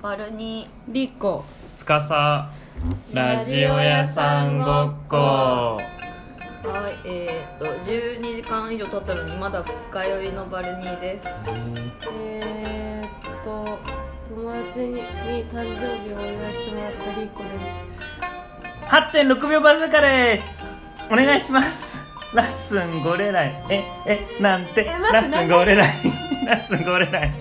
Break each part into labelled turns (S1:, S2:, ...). S1: バルニ
S2: リコ
S3: つかさラジオ屋さんごっ
S1: ー
S3: こ
S1: はいえー、っと12時間以上経ったのにまだ二日酔いのバルニーです
S2: えー、っと友達に誕生日をお祝いしてもらったリコです
S3: 8.6秒バズーカですお願いしますラッスンゴレライええなんて
S2: え待って
S3: ラッスンゴレライ ラッスンゴレライ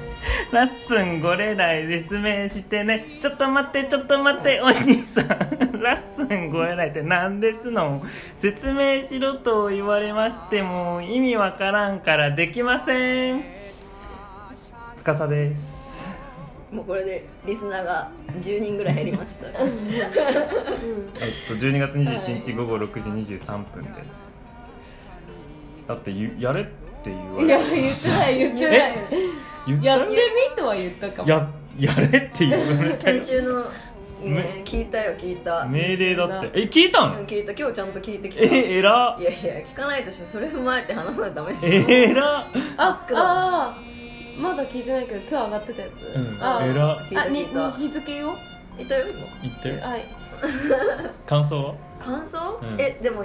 S3: ラッスンゴレライ説明してねちょっと待ってちょっと待ってお兄さん ラッスンゴレライって何ですの説明しろと言われましても意味わからんからできませんつかさです
S1: もうこれでリスナーが10人ぐらい減りました
S3: えっと、12月21日午後6時23分です、だってゆやれって言わ
S2: い
S3: れ
S2: や
S3: て
S2: 言ってない言ってない
S3: 言った
S2: やって
S3: や
S2: みとは言ったかも
S3: やれって言われたよ
S1: 先週のね
S3: ね
S1: 聞いたよ聞いた、
S3: 命令だってえ聞いた
S1: うん
S3: の
S1: 聞いた今日ちゃんと聞いてきたい
S3: ええら
S1: やいや聞かないとしてそれ踏まえて話さないとダメでしょ
S3: えら
S2: ああーまだ聞いてないけど今日上がってたやつ、
S3: うん
S2: あー
S3: えら
S1: 聞いた
S2: あに
S1: 聞いた
S2: に日付よ
S1: いたよ今
S3: 言ってよ
S2: はい
S3: 感想は
S1: 感想、
S3: うん
S1: えでも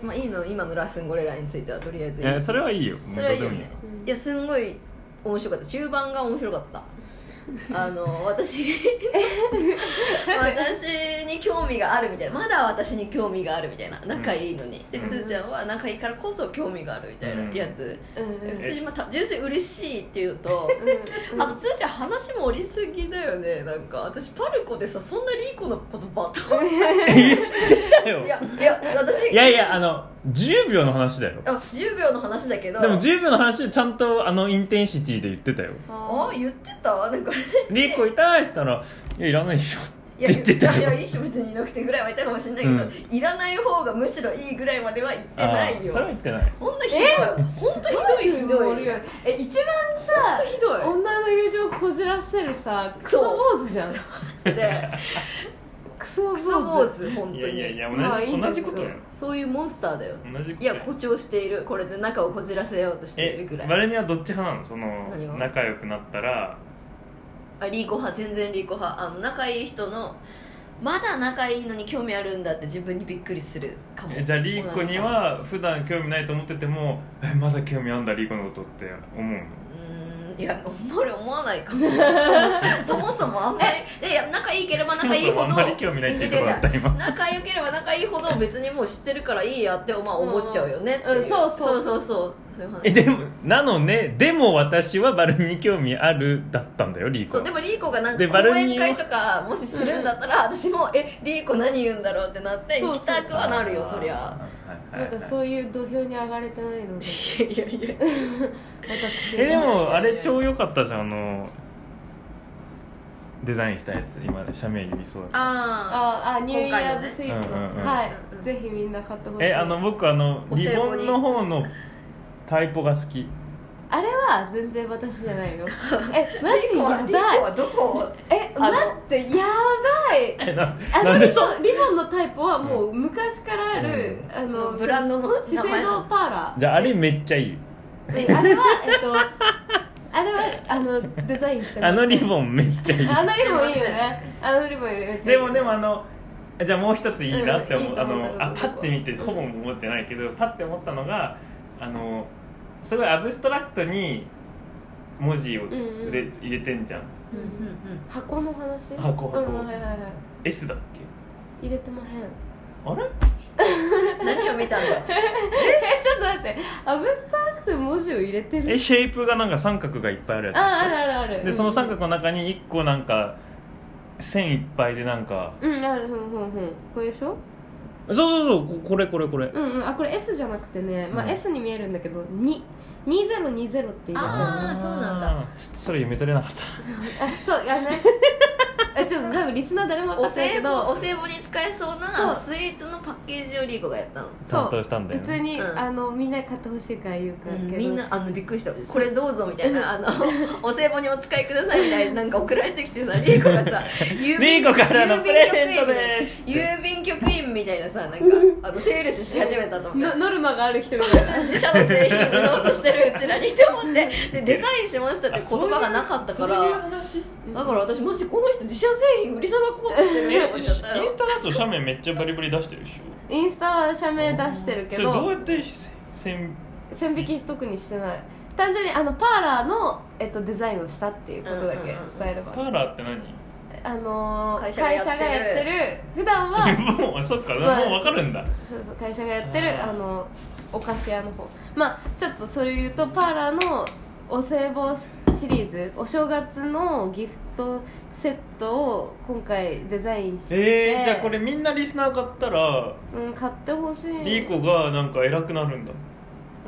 S1: まあいいの今のラッスンゴレラについてはとりあえずいい
S3: えそれはいいよ
S1: それはいい
S3: ど
S1: よ
S3: うでも
S1: ね
S2: うん
S1: いやすんごい面白かった中盤が面白かった あの私私に興味があるみたいなまだ私に興味があるみたいな仲いいのに、で
S3: うん
S1: つーちゃんは仲いいからこそ興味があるみたいなやつ、
S2: うんうん
S1: 普通にまた純粋に嬉しいっていうとあとつーちゃん話も折りすぎだよねなんか私パルコでさそんなリーコのこと罵倒し
S3: いや知ってたよ
S1: いやいや私
S3: いやいやあの10秒の話だよ
S1: あ10秒の話だけど
S3: でも10秒の話ちゃんとあのインテンシティで言ってたよ
S1: あ言ってたなんか
S3: リコいたーしたら「いやいらないでしょ」
S1: いや
S3: って言ってた
S1: いや
S3: よ
S1: いいし別にいなくてぐらいはいたかもしれないけど、
S3: うん
S1: いらない方がむしろいいぐらいまでは言って
S3: あ
S1: な
S3: ー
S1: いよ
S3: それは言ってない
S1: ほんとひどいほんとひどいひどいほんとひどい
S2: え一番さ女の友情をこじらせるさクソ坊主じゃん
S1: で
S2: クソ坊主
S1: クソ坊主本当に
S3: いやいやいや
S2: まあい
S3: 同
S2: いん
S3: じ
S2: だ
S3: 同
S2: け
S3: じ
S2: ど
S3: ことよ
S1: そういうモンスターだよ
S3: 同じこ
S1: い
S3: とよ
S1: や誇張しているこれで仲をこじらせようとしている
S3: え
S1: ぐら
S3: バ
S1: い
S3: レニアどっち派なのそ
S1: 何が
S3: の仲良くなったら
S1: あリーコ派全然リーコ派あの仲いい人のまだ仲いいのに興味あるんだって自分にびっくりするかも
S3: えじゃあリーコには普段興味ないと思っててもえまだ興味あんだリーコのことって思うの
S1: うーんいやあんまり思わないかもそもそもあんまりいや仲いいければ仲いいほ
S3: そもそもあん
S1: ど
S3: まり興味ないって言ってもらった
S1: 違う違う
S3: 今
S1: 仲良ければ仲いいほど別にもう知ってるからいいやってまあ思っちゃうよねってい
S2: うんうんそうそ
S1: そううそうそうそういう話
S3: えでもなのねでも私はバルニーに興味あるだったんだよリーコ
S1: そうでもリーコがなんか
S3: でバル
S1: 講
S3: ニー
S1: 演会とかもしするんだったら私も「えリーコ何言うんだろう?」ってなって
S2: そう
S1: 行
S2: そう
S1: きたくはなるよそりゃ
S3: はいはい
S2: ま
S3: はい
S2: だそういう土俵に上がれてないので
S1: いやいやいや
S2: 私
S3: えでもあれ超良かったじゃんあのデザインしたやつ今社名に見そうだった
S1: あ
S2: ああニューイヤーズスイーツの、
S3: 今回のねうんうんうん
S2: はい、
S1: うんうん
S2: ぜひみんな買ってほしい
S3: えあの僕あの
S1: お
S3: リ
S1: 歳暮
S3: ボ
S1: に
S3: ンの方のタイポが好き
S2: あれは全然私じゃ ないのえマ
S1: あリーコ
S2: ジやばい
S1: はどこ
S2: え
S1: あの
S2: 待ってやばい
S3: えな
S2: あ
S3: な
S2: の
S3: ん
S2: リ
S3: でそ
S2: ボンリボンのタイプはもう昔からある、
S3: うん
S2: あの
S1: ブランドの
S2: 資生堂パーラー
S3: じゃああれめっちゃいい
S2: えあれはえっとあれはあのデザインして
S3: あのリ
S2: ン
S3: ボンめっちゃいい
S2: あのリボンいいよねあのリボンめっちゃい
S3: で
S2: いよ
S3: も
S2: ね
S3: でもあのじゃあもう一ついいなって思う、
S2: うん
S3: あ
S2: いいと思う
S3: のあパッて見てほぼ思ってないけどパッて思ったのがあのすごいアブストラクトに文字をつれ、
S2: うん
S3: 入れてんじゃん
S1: うんうんうん
S2: 箱の話
S3: 箱箱
S2: うんはいはいはい
S3: S だっ
S2: 入れてまへん
S3: けあれ
S1: 何を見たんだ
S2: えちょっと待ってアブストラクトに文字を入れてる
S3: えシェイプがなんか三角がいっぱいあるやつでしょ
S2: ああるあるある
S3: でその三角の中に一個なんか線いっぱいでなんか
S2: うんあるふんふんふんこれでしょ
S3: そうそうそうここれこれこれ
S2: うんうんあこれ S じゃなくてねまあ
S3: うん
S2: S に見えるんだけど2 2020っていう
S1: あーそうなんだ
S3: ちょっとそれ読め取れなかった
S2: あそうあね ええちょっと多分リスナー誰も分
S1: お
S2: かってない
S1: 歳
S2: け
S1: 暮お
S2: ど
S1: 歳暮に使えそう
S2: そう
S1: なスイーツのパッケージをリーコがやったの、
S2: そう
S3: 担当したんだ
S2: 普
S3: よ
S2: 通
S3: ね
S2: に、
S1: うん
S2: あのみんな買ってほしいから言うからけど、
S1: みんなあのびっくりしたこれどうぞみたい なあのお歳暮にお使いくださいみたいななんか送られてきてさリーコが さ郵
S3: リーコからの
S1: 郵便局員
S3: プレゼントです
S1: 郵便局員みたいなさなんかあのセールスし始めたと思って
S2: ノノルマがある人みたいな
S1: 自社の製品売ろうとしてるうちらにって思ってでデザインしましたって言葉がなかったから
S3: 話
S1: だから私もしこの人自社製品売りさばこうとしてる
S3: え
S1: と思っちゃった
S3: イン
S1: よ
S3: スタだと写メめっちゃバリバリ出してるでしょ
S2: インスタは社名出してるけ
S3: それどう
S2: ど
S3: やってせ線
S2: 線引き特にしてない単純にあのパーラーの、えっと、デザインをしたっていうことだけ
S1: うんうんうん
S2: 伝えれば、
S3: パーラーって何
S2: あのー
S1: 会
S2: 会
S1: 社
S2: 社
S1: がやってる
S2: がやってる普段は
S3: もうそっか、
S2: まあ
S3: もうわかるんだ
S2: そうそう会社がやってる
S3: あー
S2: あのお菓子屋の方まあちょっとそれ言うとパーラーのお歳暮シリーズお正月のギフトセットを今回デザインして、
S3: えー、じゃあこれみんなリスナー買ったら
S2: うん、買ってほしい
S3: リーコがなんか偉くなるんだ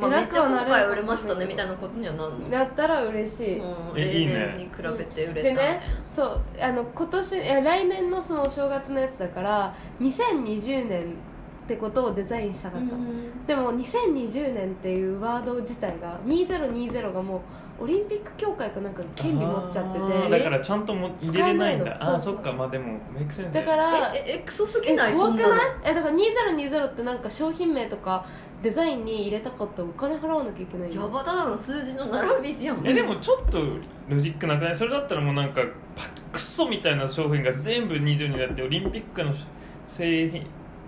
S1: まあ、めっちゃ今回売れましたね
S2: うん
S1: みたいなことにはなんの
S2: なったら嬉しい、
S1: もう
S3: えい
S1: 例
S3: いね
S1: 年に比べて売れた
S2: でねそうあの今年え来年のそのお正月のやつだから2020年ってことをデザインしたかった、でも2020年っていうワード自体が2020がもうオリンピック協会かなんか権利持っちゃって
S3: あ
S2: て
S3: ーだからちゃんとも入れれないんだ
S2: 使えないの
S3: あ
S2: そう
S3: ーそ
S2: そう
S3: っかまあでもメイクセンス
S2: だから
S1: えええクソすぎない
S2: え怖くない
S1: そんなの
S2: えだから2020ってなんか商品名とかデザインに入れたかったらお金払わなきゃいけない
S1: や
S2: よ
S1: ばただの数字の並びじゃん
S3: えでもちょっとロジックなくないそれだったらもうなんかパックソみたいな商品が全部20になってオリンピックの製品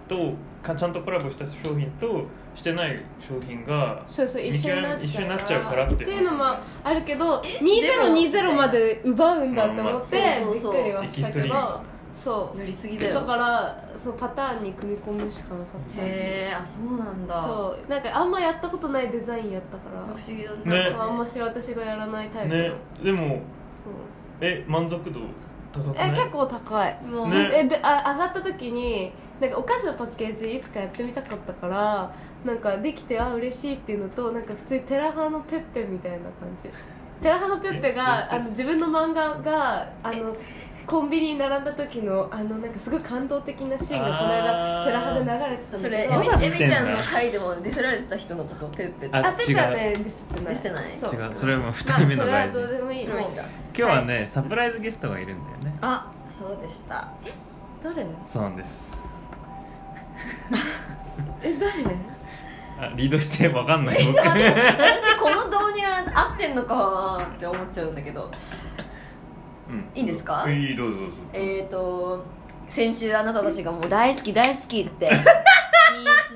S3: とかちゃんとコラボした商品としてない商品が
S2: そうそう一緒になっち
S3: 一緒
S2: ゃう
S3: になっちゃうからって
S2: っていうのもあるけど
S1: えで
S2: 2020
S1: も
S2: まで奪うんだって思って
S1: まあまあ
S2: びっくりは
S3: エ
S2: し
S3: キ
S2: た
S3: スト
S2: け
S3: リーム
S2: ど
S3: だ
S2: そう
S1: やりすぎだ
S2: だ
S1: よ
S2: からそうパターンに組み込むしかなかった
S1: へえあそうなんだ
S2: そうなんかあんまやったことないデザインやったから
S1: 不思議だね
S3: ね
S2: そうあんまし私がやらないタイプの、
S3: ねでも
S2: そう
S3: え満足度高くな
S2: え
S3: い
S2: 結構高いもう、
S3: ね
S2: えであ上がった時になんかお菓子のパッケージいつかやってみたかったからなんかできてあ嬉しいっていうのとなんか普通にテラハのペッペみたいな感じテラハのペッペが
S3: え
S2: あの自分の漫画があのコンビニに並んだ時のあのなんかすごい感動的なシーンがこの間
S3: あー
S2: テラハで流れてた
S1: そ
S2: んだ
S1: れ
S2: け
S1: エ
S2: ど
S1: ミ
S3: まだ見
S1: エ
S3: てんだ
S1: ミちゃんの回でもディスられてた人のことをペッペって
S3: あ
S2: あペッペはねディスってな
S1: デ
S2: い
S1: ィスってない
S2: そう
S3: 違うそれは
S2: ま
S3: 2
S2: あ
S3: 人目の
S2: それ
S3: 大
S2: は
S3: 事
S2: どうでもいい
S1: それはいいんだ
S3: 今日はねサプライズゲストがいるんだよね
S1: あそうでした
S2: 誰
S3: そうなんです
S2: え誰
S3: あリードしてわかんない 僕
S1: 私この導入合ってんのかって思っちゃうんだけど
S3: うん
S1: いいんですか
S3: いいどうぞどうぞ
S1: えっ、ー、と先週あなたたちがもう大好き大好きって言い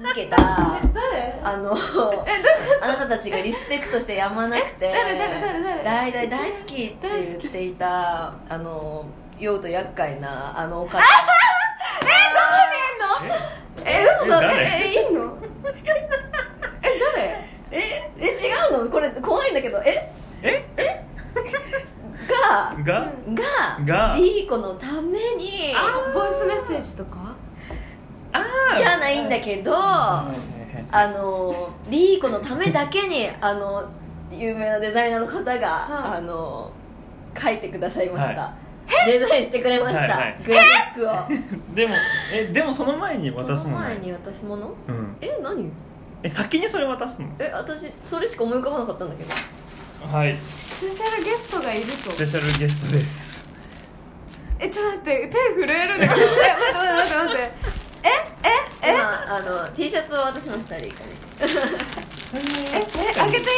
S1: 続けた
S2: 誰
S1: あのあなたたちがリスペクトしてやまなくて
S2: 誰誰誰誰
S1: 大大大好きって言っていたあの用途厄介なあのお方
S2: え嘘だ
S3: え
S2: ええいいのえ誰
S1: ええ違うのこれ怖いんだけどえ
S3: え
S1: が
S3: が
S1: が
S3: が
S1: リーコのために
S2: ボイスメッセージとか
S1: じゃないんだけどあのリーコのためだけにあの有名なデザイナーの方が、
S2: はい
S1: あの書いてくださいました、
S3: は
S1: デザインしてくれました、
S3: はいはい
S1: グラフィックを
S3: でもえでもその前に渡す
S1: その
S3: のね
S1: 前に渡すもの
S3: うん
S1: え何
S3: え先にそれ渡すの
S1: え私それしか思い浮かばなかったんだけど
S3: はい
S2: スペシャルゲストがいる
S3: ス
S2: と
S3: ペシャルゲストです
S2: えちょっと待って手震えるんだけどえ待って待って待って待って
S1: え今あの T シャツを渡しましたリーコに
S2: ええ開けていい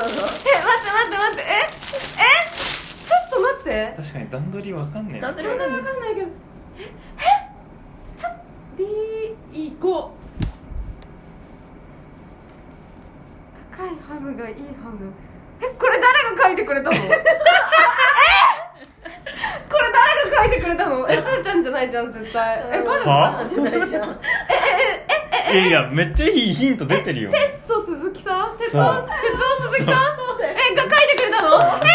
S1: そう
S2: 待っ
S1: そう
S2: て待って待ってええちょっと待って
S3: 確かに段取りわかんねえな
S1: 段取り
S2: わ
S1: わ
S2: か
S1: か
S2: ん
S1: んな
S2: な
S1: いい
S2: わかんないけどええちょっといい子高いハムがいいハムえこれ誰が書いてくれたのえこれ誰が書いてくれたのえたーちゃんじゃないじゃん絶対えバレた
S3: は
S1: バナナじゃないじゃん
S3: いやいやめっちゃいいヒント出てるよ
S2: テッソ鈴木さんテッ
S3: そ
S2: ソ
S3: う
S2: テッソ鈴木さんえが書いてくれたのえ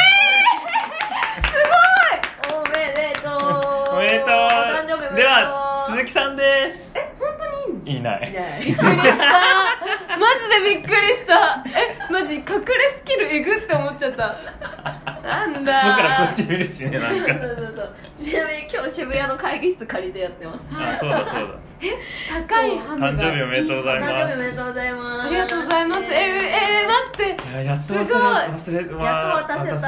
S1: おめでとう
S3: おめでと
S1: お
S3: う
S1: 誕生日おめでとう
S3: では鈴木さんですえ本当にいいないい
S1: ない
S2: びっくりしたマジでびっくりしたえマジ隠れスキルえぐって思っちゃったなんだ
S3: 僕らこっち見るしねなん
S1: そう
S3: か
S1: そうそうちなみに今日渋谷の会議室借りてやってます
S3: あそうだそうだ
S2: 高いハムが
S3: 誕生日おめでとうござい
S1: 誕
S3: ま
S1: 生日
S3: す
S1: おめでとうございます
S2: ありがとうございますえー、えー、待って
S3: いややっと忘れ
S1: すごい
S3: 忘れ
S1: やっと渡せた
S3: 渡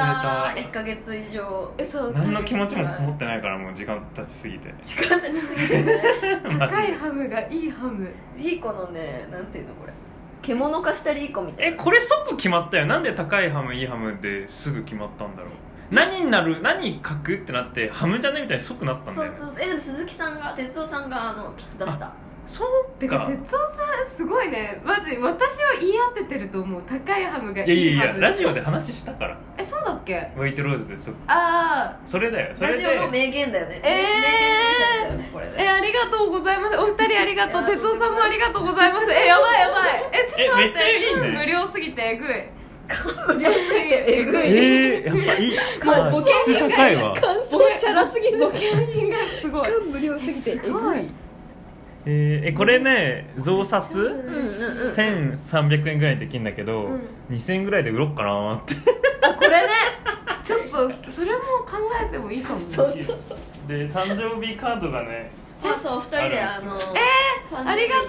S1: 1か月以上
S2: 嘘
S3: 何の気持ちもこもってないからもう時間経ちすぎて
S1: 時間経ちすぎてね
S3: マジ
S2: 高いハムがいいハム
S1: リーコのねなんていうのこれ獣化したリーコみた
S3: え
S1: いな
S3: これ即決まったよなんで高いハムいいハムですぐ決まったんだろう何になる何書くってなってハムじゃねみたいに即なったんだ
S1: そ
S3: よ
S1: う
S3: ね
S1: そうそうえでも鈴木さんが哲夫さんがあのきっと出した
S3: そう
S2: てか
S3: か
S2: 哲夫さんすごいねまず私は言い当ててると思う高いハムがい
S3: いやい
S2: いハ
S3: やいや
S2: ム
S3: ラジオで話したから
S2: えそうだっけ
S3: ウェイトローズでそ
S2: ああ
S3: それだよそれ
S1: ラ
S3: で
S1: ジオの名言だよね
S2: えー
S1: 名名言の写真だよねこれ
S2: え
S1: ね
S2: ありがとうございますお二人ありがとう
S1: いや
S2: 哲夫さんもありがとうございますえやばいやばいえちょっと待って
S3: えめっちゃいいね
S2: 無料すぎてえぐい
S1: 無料すぎてえぐい
S3: えー、やっぱいい
S1: 感想
S3: 質高いわ
S1: 感想チャラすぎる
S2: 保険金がすごい
S1: 無料すぎてえ
S2: すごい
S3: えーえこれね増刷
S1: うんうんうん
S3: 1300円ぐらいでできるんだけど、
S2: うん
S3: 2000円ぐらいで売ろうかなって
S1: あこれね
S2: ちょっとそれも考えてもいいかも
S1: そうそうそう
S3: で誕生日カードがね
S1: そうそうお二人であのえ
S2: ありがとう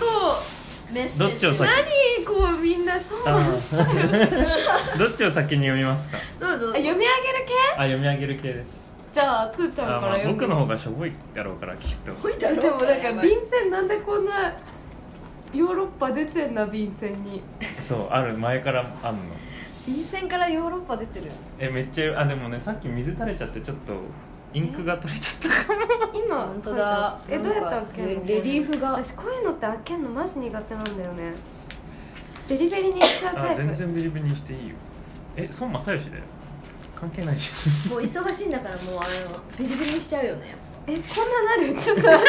S1: うメッセージ
S3: どっちを先
S2: 何こうみんなそう
S3: あ
S2: なの
S3: ー どっちを先に読みますか
S1: どうぞ
S2: あ読み上げる系
S3: あ読み上げる系です
S2: じゃあつーちゃ
S3: あ
S2: ん
S3: ま
S2: から
S3: あ
S2: 読む
S3: 僕の方がしょぼいだろうからきっと
S1: ほいだ
S2: え
S1: ろ
S2: でもなんか便箋なんでこんなヨーロッパ出てんな便箋に
S3: そうある前からあんの
S2: 便箋からヨーロッパ出てる
S3: えめっちゃあでもねさっき水垂れちゃってちょっとインクが取れちゃったかも
S2: 今
S1: 本当だ
S2: えどうやったっけ
S1: なんかレレリーフが
S2: 私こういうのって開けんのマジ苦手なんだよねベリベリにしちゃうタ
S3: あ
S2: イプ
S3: 全然ビリビリにしていいよえ孫正義だよ関係ないし
S1: もう忙しいんだからもうあのビリビリにしちゃうよね
S2: えこんななる ちょっと待って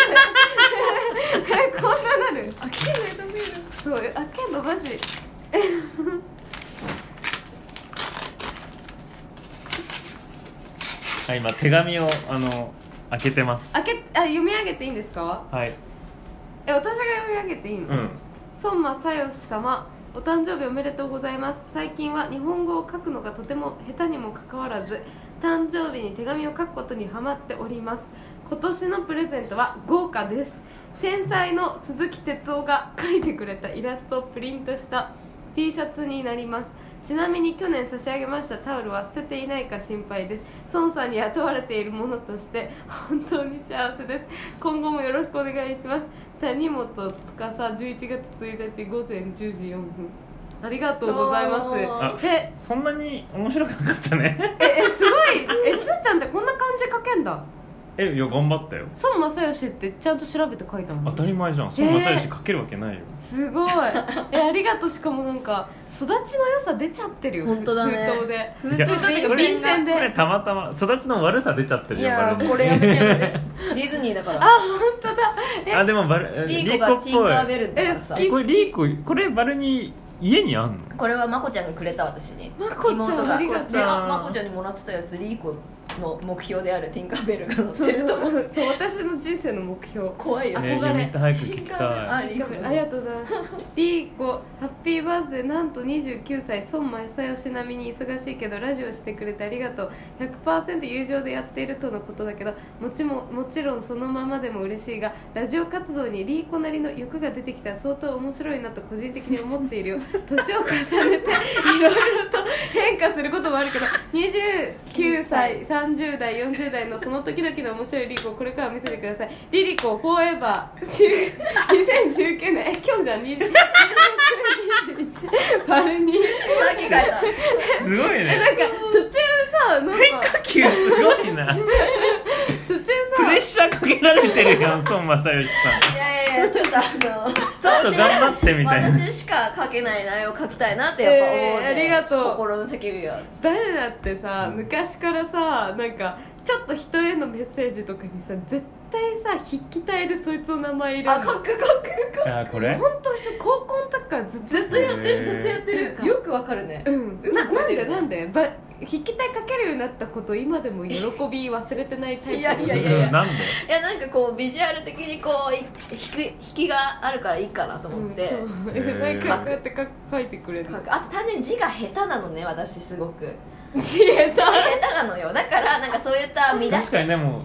S2: えこんななる
S1: あきれいだ見る
S2: そう開けんのマジ
S3: はい今手紙をあの開けてます
S2: 開けあ読み上げていいんですか
S3: はい
S2: え私が読み上げていいの、
S3: うん
S2: 孫正義様お誕生日おめでとうございます最近は日本語を書くのがとても下手にもかかわらず誕生日に手紙を書くことにハマっております今年のプレゼントは豪華です天才の鈴木哲夫が描いてくれたイラストをプリントした T シャツになりますちなみに去年差し上げましたタオルは捨てていないか心配です孫さんに雇われているものとして本当に幸せです今後もよろしくお願いします谷本司11月1日午前10時4分ありがとうござい
S1: お
S2: ま
S3: あ
S1: ー
S2: すえ
S3: そんなに面白くなかったね
S2: ええすごいえつーちゃんってこんな感じ書けんだ
S3: えいや頑張ったよ
S2: 孫正義ってちゃんと調べて書いた
S3: 当
S2: の
S3: たり前じゃん孫正義書けるわけないよ、
S2: すごいえありがとうしかもなんか育ちの良さ出ちゃってるよ
S1: 本当だね
S2: 封筒で
S1: 封筒
S3: いや
S1: と
S2: これ
S1: 便箋
S2: で
S3: これたまたま育ちの悪さ出ちゃってる
S1: い
S3: よ
S1: や
S3: バル
S1: これやめてやめて ディズニーだから
S2: あ本当だえ
S3: あでもバル
S1: リ
S3: リ
S1: ーコ
S3: ー
S1: が
S3: コ
S1: ティンカー
S3: っ
S1: ベルだからさ
S2: え好き
S3: ぽいこれリーコこれバルに家にあんの
S1: これはまこちゃんがくれた私に
S2: まこちゃん
S1: 妹が
S2: ありがとう
S1: であまこちゃんにもらってたやつリーコの目標であるティンカーベルが乗ってると思う
S2: そう私の人生の目標
S1: 怖いよね
S3: ね
S2: 憧れ
S3: 読みた早く聞き
S1: あ
S3: たい
S1: リーコ
S2: ありがとうございますリーコハッピーバースデーなんと29歳孫正義並みに忙しいけどラジオしてくれてありがとう100%友情でやっているとのことだけどもちももちろんそのままでも嬉しいがラジオ活動にリーコなりの欲が出てきたら相当面白いなと個人的に思っているよ年を重ねていろいろと変化することもあるけど29歳30代40代のその時々の面白いリーコをこれから見せてくださいリリコフォーエバー10 2019年え今日じゃん20 21バルニー
S1: さっき書いた
S3: すごい
S2: な
S3: ね
S2: んか途中さなんか
S3: 急すごいな
S2: 途中
S3: プレッ
S2: さ
S3: シャーかけられてるよ孫正義さ
S1: いやいやいやちょっとあの
S3: んちょっと頑張ってみたいな
S1: 私しか書けない内容を書きたいなってやっぱ思う、ね
S2: えーありがとう
S1: 心の叫びが
S2: バルナってさ昔からさなんかちょっと人へのメッセージとかにさ絶対さ筆記体でそいつの名前入れる
S1: あ書く書く書く
S3: あこれ
S2: 本当一緒高校の時からずっと
S1: ずっとやって
S3: へー
S1: るずっとやってるよくわかるね
S2: うんななんでなんでば引き体かけるようになったこと今でも喜び忘れてないタイプ
S1: いやいやいや
S3: うんなんで
S1: いやなんかこうビジュアル的にこうい引く引きがあるからいいかなと 思って、
S2: うんそう
S3: へー
S2: 毎回こうやってか書いてくれる
S1: 書くあと単純に字が下手なのね私すごく
S2: 知恵
S1: 字が下手なのよだからなんかそういった見出
S3: 確
S1: し
S3: かにねも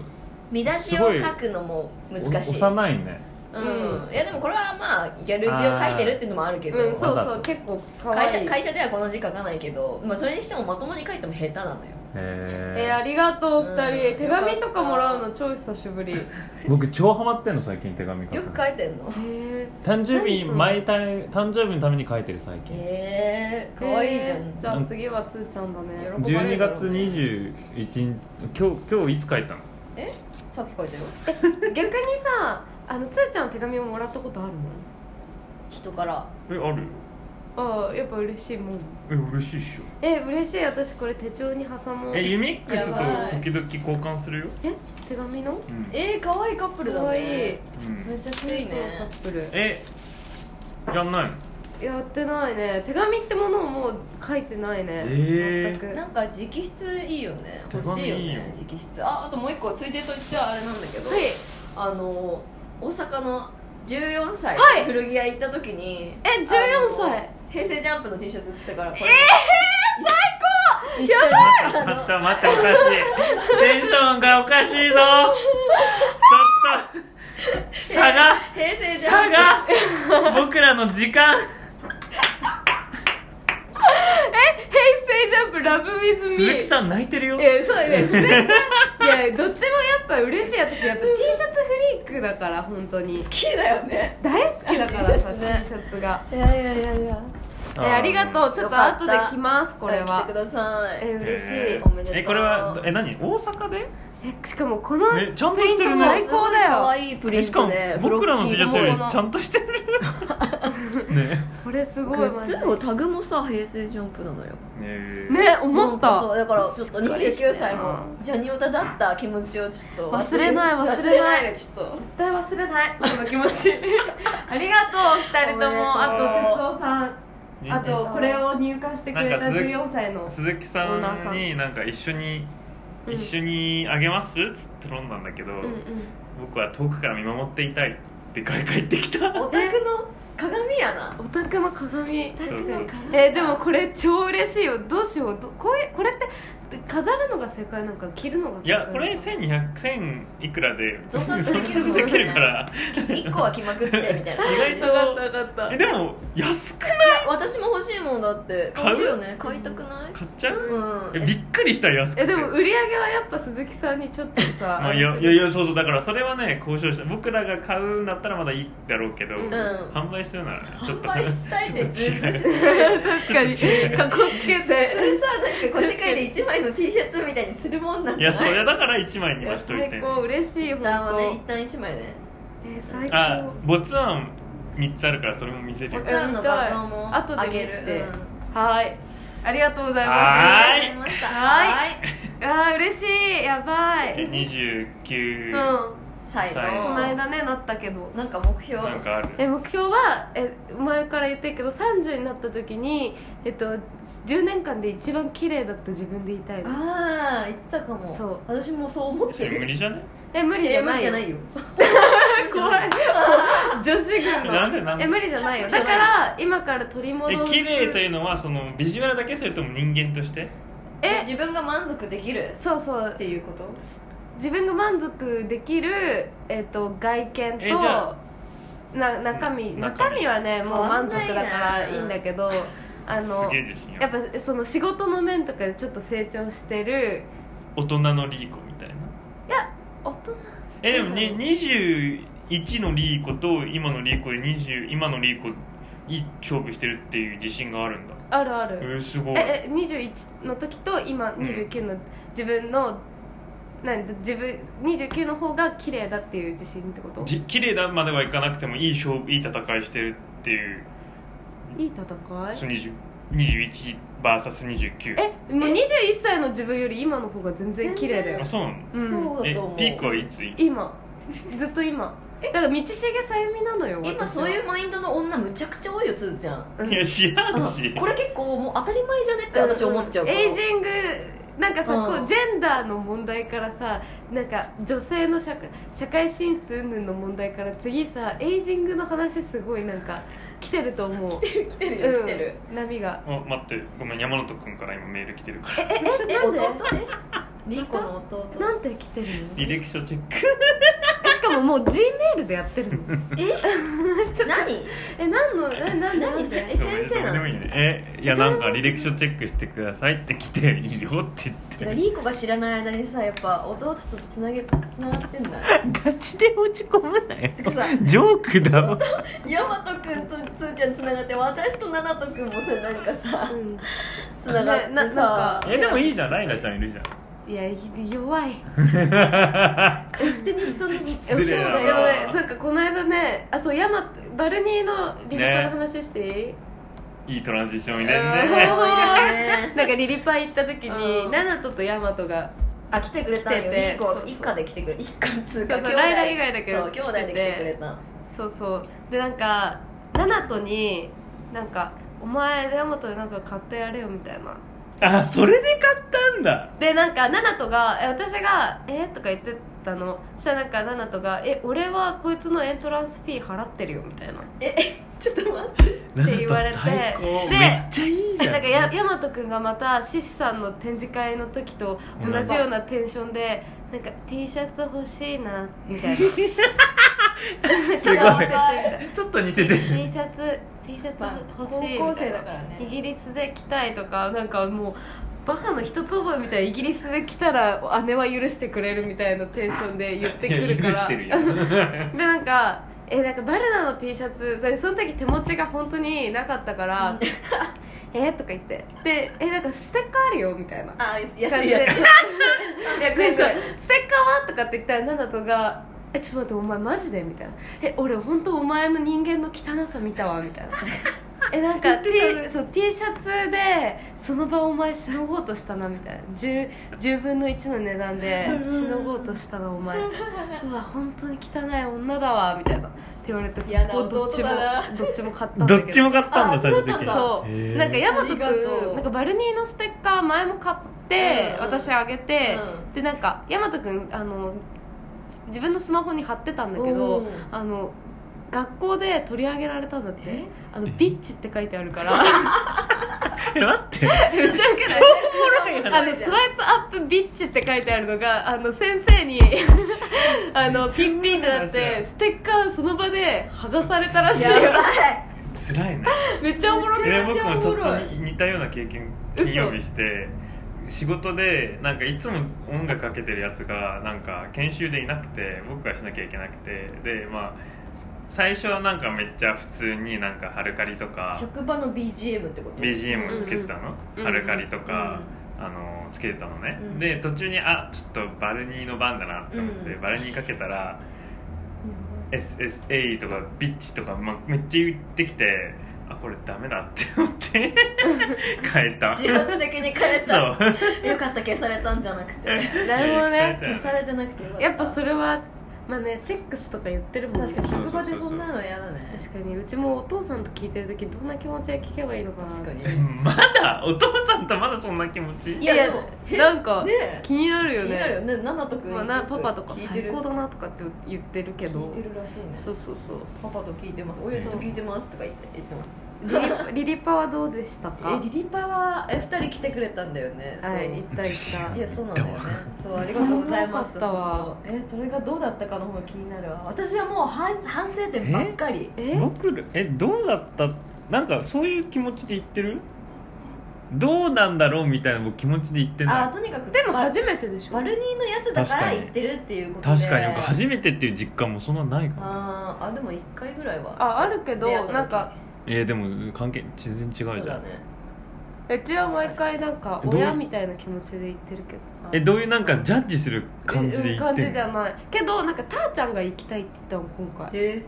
S1: 見出しを書くのも
S3: うお
S1: 難しい
S3: 幼いね
S1: うん、いやでもこれはまあギャル字を書いてるっていうのもあるけど、
S2: うんそう
S3: わざ
S2: そ
S3: と
S2: う結構かわ
S1: 会
S2: い
S1: 社
S2: い
S1: 会社ではこの字書かないけど、まあ、それにしてもまともに書いても下手なのよ
S3: へ
S2: えーありがとう二人、
S1: うん
S2: 手紙とかもらうの超久しぶりへ
S3: 僕超ハマってんの最近手紙書くの
S1: よく書いてんの
S2: え
S3: 誕生
S2: 何
S3: 日
S2: それ
S3: 毎誕誕生日のために書いてる最近
S1: へえー、かわいいじゃん、
S2: じゃあ次はつーちゃんだね
S1: 喜ばれ
S3: 12
S1: るだろ
S3: 月
S1: うね
S3: 21日今日今日いつ書いたの
S1: さっき書いたよ
S2: 逆にさあのつーちゃんの手紙をもらったことあるの
S1: 人から
S3: えある
S2: ああやっぱ嬉しいもん
S3: え嬉しいっしょ
S2: え嬉しい私これ手帳に挟もう
S3: え
S2: え
S3: ユミックスと
S1: やばい
S3: 時々交換するよ、
S2: 手紙の
S3: うん
S1: えー、かわいいカップルだね
S2: かわいい
S3: うん
S1: めちゃくちゃいい
S2: カッ
S1: ね
S2: プル
S3: えやんないの
S2: やってないね手紙ってものをもう書いてないね
S3: えー
S2: 全く
S1: なんか直筆いいよね欲しいよ
S3: 手紙いいよ
S1: ね直筆ああともう一個ついでと言っちゃあれなんだけど、
S2: はい
S1: あの大阪の14歳、
S2: はい
S1: 古着屋行った時に
S2: え14歳
S1: あの平成ジャンプの T シャツ着てたからええー、最高一緒に
S3: ちょっと待っておか しいテンションがおかしいぞちょっと差が
S1: 平成ジャ
S3: 差
S1: ン
S3: が僕らの時間
S2: 平成ジャンプラブウィズミー
S3: 鈴木さん泣いてるよ
S2: いやそうね鈴木さんいやどっちもやっぱ嬉しい私やっぱ T シャツフリークだから本当に
S1: プ好きだよね
S2: 大好きだからさ T
S1: あ T シャツね
S2: シャツが
S1: いやいやいやいや
S2: えありがとうちょっと後で
S1: よかった
S2: 来ますこれ
S1: 来て
S2: は
S1: ください
S2: え嬉しい
S3: え
S1: おめでとう
S3: えこれはえ何大阪で
S2: えしかもこのプリ
S3: え
S2: ン
S3: ちゃ
S2: ト
S3: んとしてるね
S2: 最高だ
S1: 可
S2: よ
S1: 愛いプ
S3: え
S1: リ
S3: し
S1: ン
S3: か
S1: ト
S3: も
S1: ね
S3: 僕らの T シャツより
S1: ブロッキーも
S3: ちゃんとして るね
S2: これすご
S1: グ
S2: いマ
S1: ッ
S2: ジ
S1: ズ
S2: で
S1: もタグもさ平成ジャンプなのよ
S3: え
S2: ね思っ
S1: なんか
S2: た
S1: そうだからちょっと29歳も
S3: う
S1: ジャニオタだった気持ちをちょっと
S2: 忘れない忘れない
S1: ちょっと
S2: 絶対忘れないこの気持 ちありがとう二人ともあ
S1: おめでとう
S2: と哲夫さんあとこれを入荷してくれた
S3: なんかす
S2: 14歳の
S3: 鈴木さんになんか一緒に
S2: うん
S3: 一緒にあげますっつって頼んだんだけど、
S2: うんうん
S3: 僕は遠くから見守っていたいって帰ってき た
S1: オタクの鏡やな
S2: オタクの鏡
S1: 確かに鏡
S2: えーでもこれ超嬉しいよどうしようどこういうこれって飾るのが正解なんか着るのが正解
S3: いやこれ1200 1000いくらで
S1: 増刷 できる
S3: 増刷できるから
S1: 1個は着まくってみたいな
S3: 意外と
S1: いや
S2: 分かった
S3: えでも安く
S1: 私も欲しいもんだって
S3: 買う
S1: 欲しいよね買いたくない
S3: 買っちゃう、
S1: うん
S3: えびっくりした安くて
S2: えでも売り上げはやっぱ鈴木さんにちょっとさ、
S3: まあ、いやいやいやそうそうだからそれはね交渉した僕らが買うんだったらまだいいだろうけど、
S2: うん
S3: 販売するならねちょっ
S1: 販
S3: と
S1: 売したいねズーズーし
S3: ち
S1: てる
S2: 確かにかっこつけ
S1: そ
S2: て
S1: れさなんかこう世界で1枚の T シャツみたいにするもんなん
S3: い
S1: じゃ
S3: や
S1: な
S3: そ
S1: い
S3: れだから1枚にはしといて
S2: 最高嬉しい
S1: 一
S2: 本
S1: 旦はね一
S2: 当
S1: 旦1枚ね
S2: えー最
S3: あ
S2: 高
S3: ボツワン3つあるからそれも見せる
S1: お
S3: よ
S1: つわんの画像も
S2: 後
S1: あ
S2: で
S1: げ
S2: 見
S1: る
S2: せて
S1: うん
S2: はいありがとうございます
S3: はーい
S1: ありがとうございました
S2: は
S1: はーい
S2: あー嬉しいやばいうん
S3: 29、
S2: こ
S1: 最後
S3: 最後
S2: の間ねなったけど
S1: なんか目標
S3: なんかある
S2: え目標はえ前から言ってるけど30になった時に、えっと、10年間で一番綺麗だった自分でいたいの
S1: ああ言ってたかも
S2: そう
S1: 私もそう思って
S3: それ無
S1: る
S3: 理じゃね
S2: え無理じ
S1: え
S2: ゃ
S1: 無
S2: な
S1: 理
S2: い
S1: じゃ
S2: よ
S1: ないよ
S2: 怖い女子軍
S3: なんでな
S2: の
S3: んで
S2: え無理じゃない
S1: 無
S2: よ
S1: 理
S2: だ
S1: じゃ
S2: か
S1: ない
S2: ら今から取り
S3: え
S2: 戻す
S3: 綺麗というのはそのビジュアルだけそれとも人間として
S1: え自分が満足できる
S2: そうそう
S1: っていうこと
S2: 自分が満足できる、えっと、外見
S3: えじゃあ
S2: とな中身中
S3: 中身
S2: 身はねもう満足だか
S1: 変わんない
S2: ら
S1: ね
S2: いいんだけどあ
S3: す
S2: の
S3: げえ自信
S2: やっ
S3: ある
S2: ぱその仕事の面とかでちょっと成長してる
S3: 大人のリーコみたいな
S2: 大人
S3: えでも
S2: う
S3: ね
S2: ん
S3: 21のリーコと今のリーコで20今のリーコいい勝負してるっていう自信があるんだ
S2: あるあ
S3: え
S2: る
S3: ー、すごい
S2: ええ21の時と今29の自分の、なん自分29の方が綺麗だっていう自信ってこと
S3: じ綺麗だまではいかなくてもいい勝負いい戦いしてるっていう
S2: いい戦い
S3: その20 21vs29
S2: えもう21歳の自分より今の方が全然綺麗だよ
S3: あそうなの
S2: うん
S1: そうだ
S3: え
S1: と思う
S3: ピークはいつ
S2: 今ずっと今だから道重さゆみなのよ
S1: 今そういうマインドの女むちゃくちゃ多いよつーちゃん
S2: うん
S3: いや知ら
S1: あ
S3: んし
S1: これ結構もう当たり前じゃねって私思っちゃうから、
S2: エイジングなんかさ、
S1: うん
S2: こうジェンダーの問題からさなんか女性の社会社会進出云々の問題から次さエイジングの話すごいなんか来てると思う
S1: 来てる来てるよ来てる、
S2: うん、波が
S3: お待ってごめん山本君から今メール来てるから
S2: ええ
S1: え
S2: なんで
S1: 弟ねリーコの弟
S2: なんて来てるの
S3: 履歴書チェック
S2: えしかももう G メールでやってるの
S1: 何
S2: え何のえなんで
S1: 何せ
S2: 何
S1: え先生な
S3: どうでも
S1: の
S3: いいねえいやなんか履歴書チェックしてくださいって来ていいよって
S1: て
S3: 言
S1: か
S3: って
S1: リーコが知らない間にさやっぱ弟とつなげつながってんだ
S3: ガチで落ち込むな よ
S1: てかさ
S3: ジョークだわ
S1: ヤマト君とつーちゃんつながって私とナナト君もさなんかさ
S2: うん
S1: つながって
S2: ねななん
S1: さ
S2: か
S3: えでもいいじゃんライナちゃんいるじゃん
S2: いや弱い
S1: 勝手に人に
S3: 失礼だな
S2: でも ねなんかこの間ねあそう山バルニーのリリパの話していい、
S3: いいトランジション入れん
S1: そう
S3: ね
S1: 多いね
S2: なんかリリパ行った時に
S1: うん
S2: ナナトとヤマトが
S1: あ来てくれたんよ
S2: 来て
S1: リ
S2: て
S1: ーコは
S2: そうそう
S1: 一家で来てくれ一家っつう
S2: そ
S1: か
S2: うそう
S1: 兄弟
S2: ライラ以外だけど
S1: そう兄弟で来てくれた
S2: そうそうでなんかナナトになんか「お前ヤマトでなんか買ってやれよ」みたいな
S3: あそれで買ったんだ
S2: でなんかナナトがえ私が「えとか言ってたのそしたらなんかナナトが「え俺はこいつのエントランスフィー払ってるよ」みたいな
S1: ちょっと待って
S2: って言われて
S3: なんか最高
S2: で
S3: めっちゃいいじゃん
S2: なんかや大和君がまた獅子さんの展示会の時と同じようなテンションでなんか T シャツ欲しいなみ たいなちょっと焦ってみ
S3: すごい
S2: たい
S3: ちょっと似せてる
S2: T シャツ T シャツ
S1: 高
S2: 欲しいみたいな
S1: 校生だから
S2: イ
S1: ね
S2: ギリスで着たいとかなんかもうバカの一つ覚えみたいなイギリスで来たら姉は許してくれるみたいなテンションで言 ってくるか
S3: いや許し
S2: ら
S3: てるよ
S2: でなんかえなんかバルナの T シャツそれその時手持ちが本当になかったから
S1: うん
S2: 「 えーとか言ってで「えなんかステッカーあるよ」みたいな
S1: あ
S2: 感
S1: 安
S2: じ
S1: い
S2: で
S1: やつ
S2: 「そうそうステッカーは?」とかって言ったらナナとが「えちょっと待ってお前マジで?」みたいな「え俺本当お前の人間の汚さ見たわ」みたいな。えなんか T, そう T シャツでその場お前しのごうとしたなみたいな 10, 10分の1の値段でしのごうとしたなお 前うわ本当に汚い女だわみたいなって言われて
S1: 嫌な
S2: そこどっちも
S1: 弟だ
S2: どっちも買ったん
S3: ど
S2: だ
S3: っ
S2: け
S3: ち
S2: ど
S3: も買ったんだ
S1: あ
S3: 最終
S1: そうな
S3: 的に
S1: んだ
S2: そう
S3: へー
S2: なんかヤマ
S1: あ
S2: ト
S1: りがと
S2: 君
S1: う
S2: なんかバルニーのステッカー前も買って、
S1: うん
S2: 私あげて、
S1: うん
S2: でなんかヤマト君あの自分のスマホに貼ってたんだけ
S1: お
S2: ど
S1: ー
S2: あの学校で取り上げられたんだって
S1: え
S2: あのビッチって書いてあるから
S3: え 待って
S2: めっちゃウケ ないあのスワイプアップビッチって書いてあるのがあの先 生にあのピンピンってなっ
S3: めっち
S2: て
S3: ゃ面白い
S2: ステッカーその場で剥がされたらしいよ
S1: やばい
S3: 辛いね
S2: めっちゃおもろく
S3: え
S2: ない
S1: めっち
S3: 僕
S1: ゃ
S3: もちょっ
S1: おも
S3: と
S1: ろい
S3: 似たような経験金曜日して仕事でなんかいつも音楽かけてるやつがなんか研修でいなくて僕がしなきゃいけなくてでまあ最初はなんかめっちゃ普通になんかハルカリとか
S1: 職場の BGM ってこと
S3: BGM つけてたの、
S2: うん
S3: ハルカリとか、あのつけてたのね、
S1: うん
S3: で途中にあちょっとバルニーの番だなって思って、
S1: うん
S3: バルニーかけたら SSA とかビッチとか、まめっちゃ言ってきてあこれダメだって思って変えた
S1: 自発的に変え
S3: そ
S1: た
S3: う
S1: よかった消されたんじゃなくて
S2: なるほどね
S1: 消されてなくてよかった
S2: やっぱそれはまあねセックスとか言ってるもんね
S1: 確かに職場でそんなの嫌だね
S2: 確かにうちもお父さんと聞いてる時どんな気持ちで聞けばいいのかな
S1: 確かに
S3: まだお父さんとまだそんな気持ち
S1: い
S2: い
S1: や
S2: や
S1: で
S2: で
S1: も
S2: もなんか
S1: ね
S2: 気になる
S1: 気
S2: よね
S1: になるよねナナとくん
S2: まあ、なパパとか
S1: 聞いて
S2: 最
S1: る
S2: 高だなとかって言ってるけど
S1: 聞いてるらしいね
S2: そうそうそう
S1: パパと聞いてます親父と聞いてますとか言って言ってます
S2: リリパリリ パはどうでしたか
S1: えリリパはえ二人来てくれたんだよね
S2: はい
S1: そう
S2: 行った行った
S1: いやそうなんだよねそうありがとうございます
S2: よかったわ
S1: 本当えそれがどうだったかの方が気になるわ私はもう反反省点ばっかり
S2: え
S3: 僕らえどうだったなんかそういう気持ちで言ってるどうなんだろうみたいな僕気持ちで言って
S1: あ
S3: な
S1: ーとにかく
S2: でも
S1: バル
S2: 初めてでしょ
S1: バルニーのやつだか
S3: 確
S1: ら
S3: かに
S1: 行ってるっていうこ
S3: い
S1: とで
S3: 確かに僕初めてっていう実感もそんなないかも
S1: あーあでも一回ぐらいは
S2: ああるけど
S1: 出会った時
S2: なんか
S3: えー、でも関係全然違うじゃん
S1: そうだね
S2: うちは毎回なんか
S3: どう
S2: 親みたいな気持ちで言ってるけど
S1: あ
S3: えどういうなんかジャッジする感じ
S2: う
S3: で
S2: ん
S3: 言っ
S2: 感
S3: て
S2: じじ
S3: る
S2: ゃないけどなんかたーちゃんが行きたいって言ったの今回
S1: え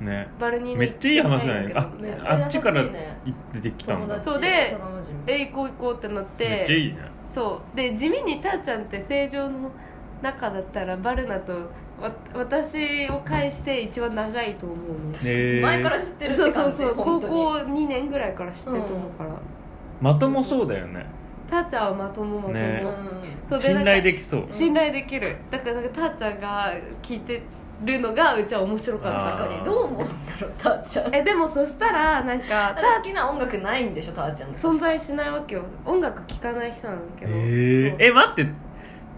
S3: ね
S2: バルニーの
S3: めっちゃいい話じゃない
S2: 行きたんだけど
S1: めっち
S2: みたいな
S1: ゃ優
S3: あ
S1: し
S3: っ
S1: い
S3: ちから
S1: ね
S3: 行ってできたん
S1: 友
S3: だ
S1: 達
S2: そうで
S1: 幼馴染
S2: え行こう行こうってなって
S3: めっちゃいいね
S2: そうで地味にたーちゃんって正常の中だったらバルナとわ私を介して一番長いと思うの
S3: えー
S1: 前から知ってるっ
S2: そ
S1: て
S2: うそ
S1: 感
S2: う
S1: じ
S2: そう
S1: 本
S2: 高
S1: 当に
S2: 校2年ぐらいから知ってると思うから、
S3: まともそうだよね
S2: たーちゃんはまともまとも、
S3: ね
S2: そう
S3: 信
S2: なんか
S3: 頼できそう
S2: 信頼できるだからなんかたーちゃんが聞いてるのがうちは面白かった
S3: あ
S1: 確かにどう思うんだろうたーちゃん
S2: えでもそしたらなんか
S1: だって好きな音楽ないんでしょたーちゃんの
S2: 存在しないわけよ音楽聴かない人なんだけど、
S3: え
S2: そう
S3: ー、え待って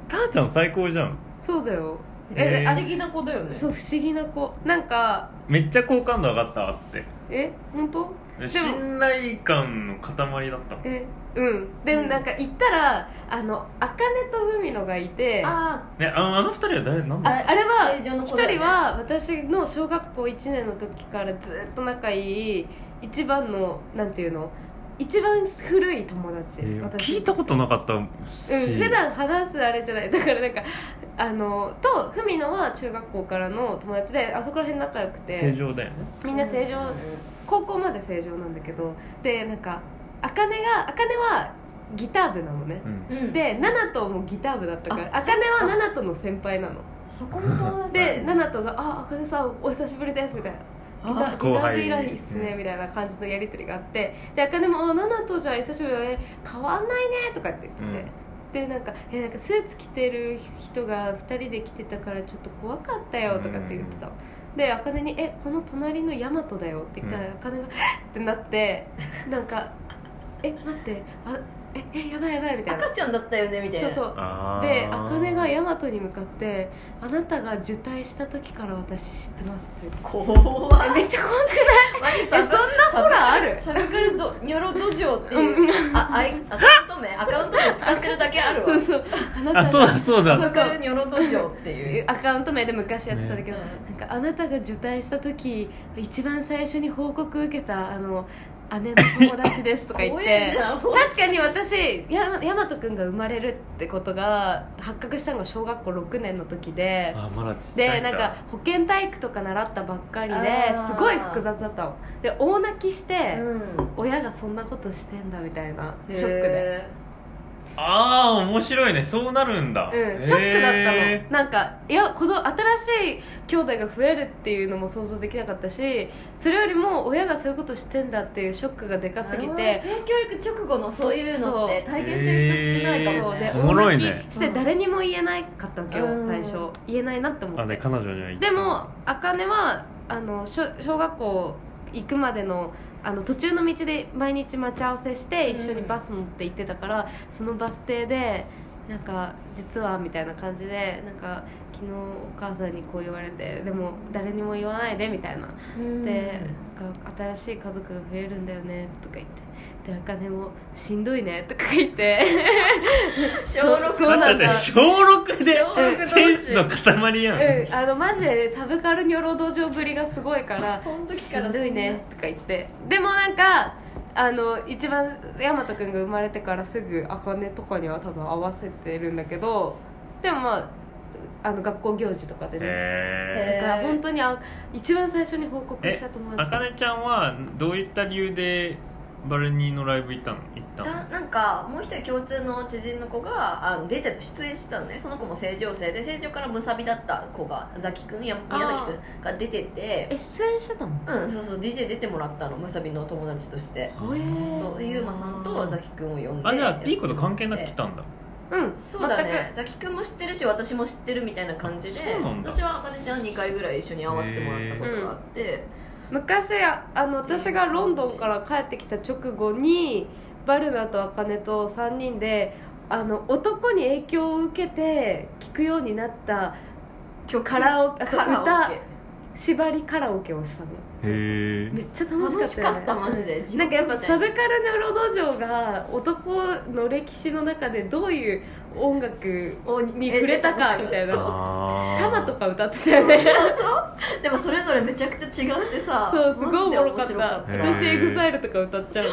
S3: たーちゃん最高じゃん
S2: そうだよ
S1: え
S2: え、
S1: 不思議な子だよね
S2: そう不思議な子なんか
S3: めっちゃ好感度上がったわって
S2: え本当でも
S3: 信頼感の塊だったもん
S2: えうんで、
S1: うん
S2: なんか行ったらあの茜と文野がいてあ
S1: あ
S3: ねあのあの二人は誰なん
S2: あ
S3: だ
S2: れ
S1: あ
S2: は
S1: 正常の
S2: 一
S1: 子だよね
S2: 人は私の小学校1年の時からずっと仲いい一番のなんていうの一番古い友達、
S3: えー
S2: 私
S3: 聞いたことなかった
S2: うん、
S3: し、
S2: 普段話すあれじゃないだからなんかあのと文野は中学校からの友達であそこら辺仲良く
S3: 正
S2: て
S3: 常だよね
S2: みんな正常高校まで正常なんだけどでなんか茜が茜はギター部なのね
S3: う、ん
S1: うん
S2: でナナトもギター部だったから
S1: あ
S2: 茜はナナトの先輩なの
S1: そこの友達
S2: でナナトが「あ茜さんお久しぶりです」みたいな。ギタ
S1: あ
S2: ーギタ
S3: 後
S2: ー
S3: 輩
S2: 部以来っすね
S3: うん
S2: みたいな感じのやり取りがあってで茜も「あナナとじゃん久しぶりだね変わんないね」とかって言ってて、でなんかえなんかスーツ着てる人が2人で来てたからちょっと怖かったよとかって言ってたの、で茜に「えこの隣のヤマトだよ」って言ったら、
S3: うん
S2: 茜が「えっ!」ってなってなんか「え待ってあええやばいやばい」みたいな
S1: 赤ちゃんだったよねみたい
S2: そ
S1: な
S2: うそう
S3: あー
S2: で茜が大和に向かって「あなたが受胎した時から私知ってます」って
S1: 怖
S2: えめっちゃ怖く
S1: い
S2: そんな
S1: ほ
S2: ほらある
S1: サブカルドニョロドジョって
S2: う
S1: いうあアイアカウント名アカウント名使ってるだけあるわ
S2: そうそうあなたが
S3: あそうだそう
S1: サ
S3: だ
S1: ブカルニョロドジョっていう
S2: アカウント名で昔やってたんだけど、
S1: ね
S2: なんかあなたが受胎した時一番最初に報告受けたあの姉の友達ですとか言っ
S1: 怖え
S2: て
S1: な
S2: 確かに私や大和君が生まれるってことが発覚したのが小学校6年の時で
S3: あまだちっちゃ
S2: で
S3: い
S2: なんか保健体育とか習ったばっかりで
S1: あー
S2: すごい複雑だったので大泣きして、
S1: うん
S2: 親がそんなことしてんだみたいなショックで、
S1: へ
S3: ああ面白いねそうなるんだ、
S2: うん、ショックだ
S3: へ
S2: ったのなんかいや子供新しい兄弟が増えるっていうのも想像できなかったしそれよりも親がそういうことしてんだっていうショックがで
S1: ー
S2: かすぎ
S1: なる
S2: て
S1: ほどね性教育直後のそういうのって体験してる人少ないかも
S2: そうで
S1: ね
S3: おもろいね
S2: 大泣きして誰にも言えないかったわけよ、
S1: うん
S2: 最初言えないなって思
S3: ーあ
S2: っ
S3: で
S2: て
S3: 彼女には言った
S2: でも茜はあの小小学校行くまでのあの途中の道で毎日待ち合わせして一緒にバス乗って行ってたから、そのバス停でなんか実はみたいな感じでなんか昨日お母さんにこう言われてでも誰にも言わないでみたいな
S1: うん
S2: でなんか新しい家族が増えるんだよねとか言ってで茜もしんどいねとか言って
S1: 小
S2: そ
S1: 6
S2: う
S1: は
S3: だ
S2: な
S3: っ
S2: ん
S3: て
S2: だ
S3: 小6で
S1: 小六同士
S3: センスの塊やん、
S2: うんあのマジでサブカルニョロ道場ぶりがすごいから
S1: その時
S2: し
S1: から
S2: ん
S1: そんな
S2: どいねとか言ってでもなんかあの一番大和君が生まれてからすぐ茜とかには多分合わせてるんだけどでもまああの学校行事とかでね
S3: へえ
S2: だから本当にあ一番最初に報告した友
S3: あ
S2: 達
S3: かねちゃんはどういった理由でバルニーのライブ行ったの行ったの
S1: たなんかもう一人共通の知人の子があの出て出演してたのねその子も正常生で正常からむさびだった子がザキ君や宮崎君が出てて
S2: え出演してたの
S1: うんそうそう DJ 出てもらったのむさびの友達として
S2: ほえー
S1: そうゆうまさんとザキ君を呼んで
S3: あじゃあピーコと関係なく来たんだ
S2: うん
S1: そうだねザキ君も知ってるし私も知ってるみたいな感じで
S3: あそうなんだ
S1: 私はあかねちゃん2回ぐらい一緒に会わせてもらったことがあって、
S2: 昔ああの私がロンドンから帰ってきた直後にバルナと茜と3人であの男に影響を受けて聴くようになった
S1: 曲
S2: カラオケあそう
S1: カラオケ
S2: 歌縛りカラオケをしたの
S3: へえ
S2: めっちゃ楽しかっ
S1: 楽しか
S2: たよね
S1: ったマジで
S2: なんかやっぱサブカルのロド城が男の歴史の中でどういう音楽をに触れたかみたいな
S3: あー
S2: タマとか歌ってたよね
S1: でもそれぞれめちゃくちゃ違ってさ
S2: そうすごいおもろか
S1: マ
S2: っ
S1: ジで面
S2: た
S1: 白か
S3: へ
S2: 私エグザイルとか歌っちゃうの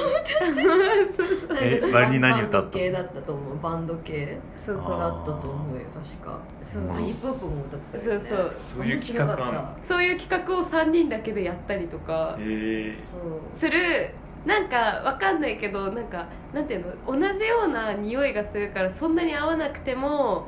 S3: えバリに何歌っ
S1: バン
S3: たの
S1: ド系だったと思うバンド系
S2: そうそう
S1: だったと思うよ確か
S2: そう
S1: あヒップホップも歌ってたよね
S2: そうそう
S3: そういう企画あんの
S1: 面白かっ
S2: そういう企画を3人だけでやったりとか
S3: へえ
S1: たそう
S2: するなんかわかんないけどなんかなんていうの同じような匂いがするからそんなに合わなくても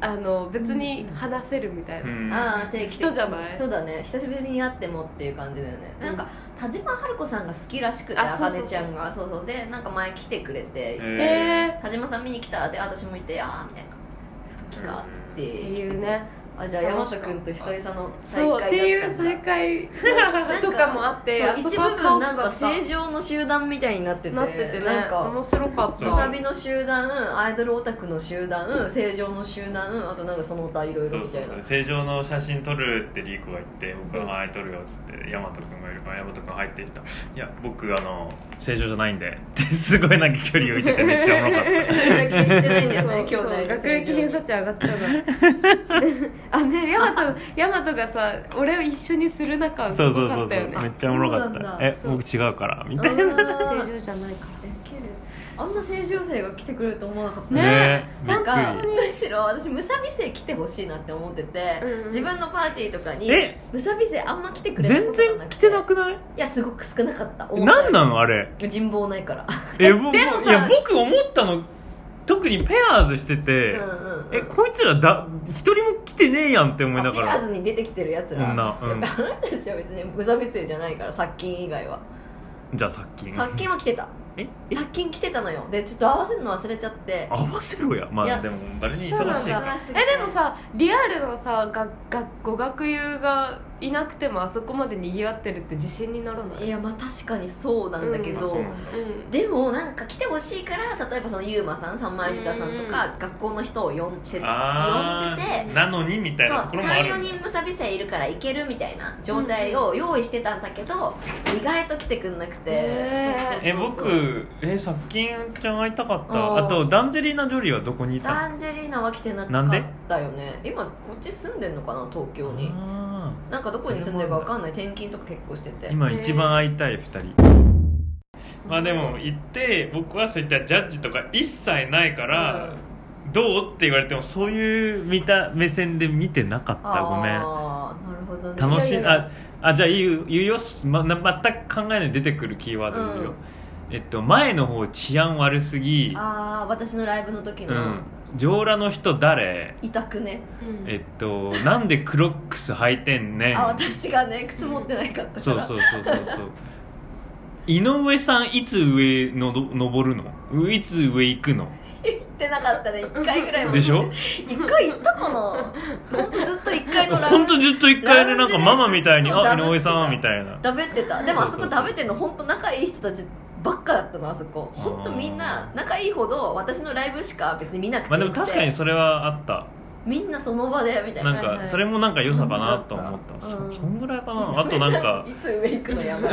S2: あの別に話せるみたいな、
S3: うん
S1: ああ定期的
S2: 人じゃない
S1: そうだね久しぶりに会ってもっていう感じだよね、
S2: うん
S1: なんか田島春子さんが好きらしくて
S2: あ
S1: あ
S2: そう
S1: か
S2: そ
S1: ね
S2: うそう
S1: ちゃんがそうそうでなんか前来てくれて、
S2: え
S1: 田島さん見に来たで私もいてああみたいな時があって
S2: ー、っていうね
S1: あじゃあ大和君と久々の再
S2: そうっ
S1: 会
S2: て
S1: だ
S2: い
S1: った
S2: う
S1: だ
S2: ん再会
S1: なん
S2: とかもあって
S1: そう
S2: あそ
S1: 一
S2: こは
S1: 部
S2: カオ
S1: 分
S2: ス
S1: な
S2: だっ
S1: ん
S2: た
S1: か正常の集団みたいになってて
S2: なっててね
S1: なん
S2: 面
S1: か
S2: 白かった
S1: うさびの集団アイドルオタクの集団正常の集団あとなんかその他いろい
S3: そ
S1: ろ
S3: う
S1: み
S3: そ
S1: たいな
S3: う正常の写真撮るってリーコが言って僕は前撮るよっつって大和君がいるから大和君入ってきたいや僕あの正常じゃないんでってすごいなんか距離を置いててめっちゃおもろかっ
S1: それだけ言ってないんだよ
S2: そう
S1: ね兄弟
S2: そう
S1: の
S2: 学歴偏差値上がったの あねヤマトヤマトがさ俺を一緒にする中
S3: た
S2: す
S3: そう
S2: ご
S3: そうそ
S2: かっ
S3: うそ
S2: た
S3: う
S2: よね
S3: めっちゃおもろかっ
S1: そうなん
S3: た
S1: だ
S3: え
S2: そう
S3: 僕違うからみたいな
S1: あ
S2: 正
S1: ー
S2: 常じゃないから
S1: えけるあんな正常生が来てくれると思わなかった
S2: ね
S3: びっ
S1: なんか
S3: くり
S1: むしろ私むさび生来てほしいなって思ってて、
S2: うんうん
S1: 自分のパーティーとかに
S3: え
S1: むさび生あんま来てくれるこ
S3: 全
S1: とが
S3: 然
S1: なく
S3: 来
S1: て
S3: てなくない
S1: いやすごく少なかった
S3: 何なのあれ
S1: 人望ないから
S3: え僕
S2: でもさ
S3: いや僕思ったの特にペアーズしてて、
S1: うんうんうん
S3: えこいつらだ一人も来てねえやんって思いな
S1: あ
S3: が
S1: ペアー
S3: ら
S1: ズに出てきてるやつら、
S3: うんなうん
S1: やっ ぱあなたたちは別に無差別性じゃないから殺菌以外は
S3: じゃあ殺菌
S1: 殺菌は来てた
S3: え
S1: 殺菌来てたのよでちょっと合わせるの忘れちゃって
S3: 合わせろやま
S1: い
S3: あ
S1: や
S3: でも誰に忙しい
S2: そうなん
S3: か
S2: だ
S1: 忙しす
S2: え
S1: ぎて
S2: でもさリアルのさがが語学友がいなくてもあそこまで賑わってるって自信にならない
S1: いやまあ確かにそうなんだけ
S2: うん
S1: ど、
S3: そうなんだ
S2: うん
S1: でもなんか来てほしいから例えばそのユーマさん三枚舌さんと
S2: うん
S1: か学校の人を呼んして呼ん
S3: あ
S1: でて
S3: ーなのにみたい
S1: そう
S3: なところもある
S1: 34人無差別生いるから行けるみたいな状態を用意してたんだけど、意外と来てくんなくて、
S2: へー
S1: そうそう
S3: え
S1: そうそう
S3: 僕え殺菌ちゃん会いたかっ
S1: あ
S3: た
S1: ー
S3: あとダンジェリーナ・ジョリーはどこにいたの
S1: ダンジェリーナは来てなかったよね今こっち住んでんのかな東京に
S3: あ
S1: なんかどこに住んでるかわかんない転勤とか結構して
S3: ー
S1: て
S3: 今一番会いたい2人まあでも行って僕はそういったジャッジとか一切ないから、どうって言われてもそういう見た目線で見てなかったごめん
S1: ああなるほどね
S3: 楽しい
S1: いやいや
S3: ああじゃあ言う言うよまな全く考えないで出てくるキーワード言うよ、えっと前の方治安悪すぎ
S1: ああ私のライブの時
S3: う
S1: の
S3: ん上裸の人誰
S1: 痛くね、
S2: うん
S3: えっとなんでクロックス履いてんねん
S1: あ私がね靴持ってないかったか
S3: そう
S1: ら
S3: そうそうそうそう 井上さんいつ上のど登るのいつ上行くの
S1: 行ってなかったね1回ぐらいも
S3: でしょ
S1: 1回行ったかな本当ずっと1回のライ
S3: 本
S1: ブ
S3: 当ずっと一回でなんかママみたいに「
S1: ラウ
S3: あ
S1: ンジ
S3: 井
S1: で
S3: 上さん」みたいな
S1: だべってたでもあそ
S3: そ
S1: こ
S3: うそうそう
S1: だべってんの本当仲いい人たちばっかだったのあそこ本当みんな仲いいほど私のライブしか別に見なくて
S3: まあで
S1: よ
S3: も
S1: くて
S3: 確かにそれはあった
S1: みんなその場でみたいな
S3: な
S2: は
S3: ん
S2: いはい
S3: かそれもなんか良さかなと思った、
S1: うん
S3: そそんぐらいかなあとなんか
S1: いつ上行くのやばい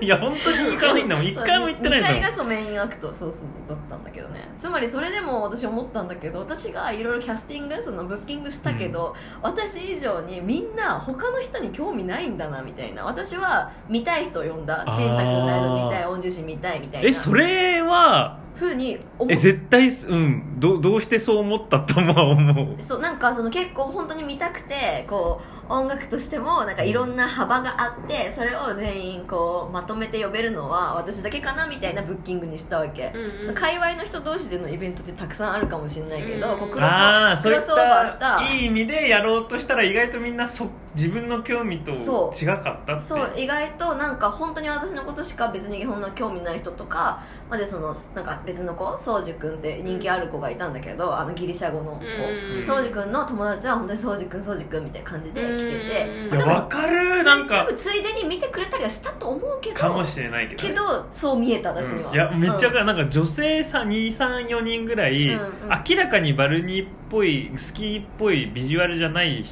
S3: いや本当に行かないんだもん一回も行ってない
S1: 2
S3: んだ
S1: 回
S3: もん
S1: がそうメインアクトそうそうそうだったんだけどねつまりそれでも私思ったんだけど私がいろいろキャスティングそのブッキングしたけど、私以上にみんな他の人に興味ないんだなみたいな私は見たい人を呼んだ
S3: あー
S1: 新太君ライブ見たい音樹師見たいみたいな
S3: えそれは
S1: ふうに思
S3: え
S1: っ
S3: 絶対うんどうどうしてそう思ったとは思う
S1: そうなんかその結構本当に見たくてこう音楽としてもなんかいろんな幅があってそれを全員こうまとめて呼べるのは私だけかなみたいなブッキングにしたわけ、
S2: うんうん
S1: その界隈の人同士でのイベントってたくさんあるかもしれないけど、
S2: うん
S1: こうクロス
S3: ああー
S1: ク
S3: そうい
S1: ロ
S3: っ
S1: スオーバーした
S3: たいい意味でやろうとしたら意外とみんなそ自分の興味と
S1: そう
S3: 違かったって
S1: そう意外となんか本当に私のことしか別にそんな興味ない人とかまでそのなんか別の子宗樹君って人気ある子がいたんだけどあのギリシャ語の子
S2: うん
S1: 宗樹君の友達は本当に宗樹君宗樹君みたいな感じで来て
S2: うん
S1: て
S3: いやわかるな
S1: 多
S3: んか
S1: 分ついでに見てくれたりはしたと思うけど
S3: かもしれないけどね
S1: けどそう見えた私には、
S3: うんいやめっちゃ
S1: う
S3: わかるなんか女性さ234人ぐらい、
S1: うんうん
S3: 明らかにバルニーっぽいスキーっぽいビジュアルじゃない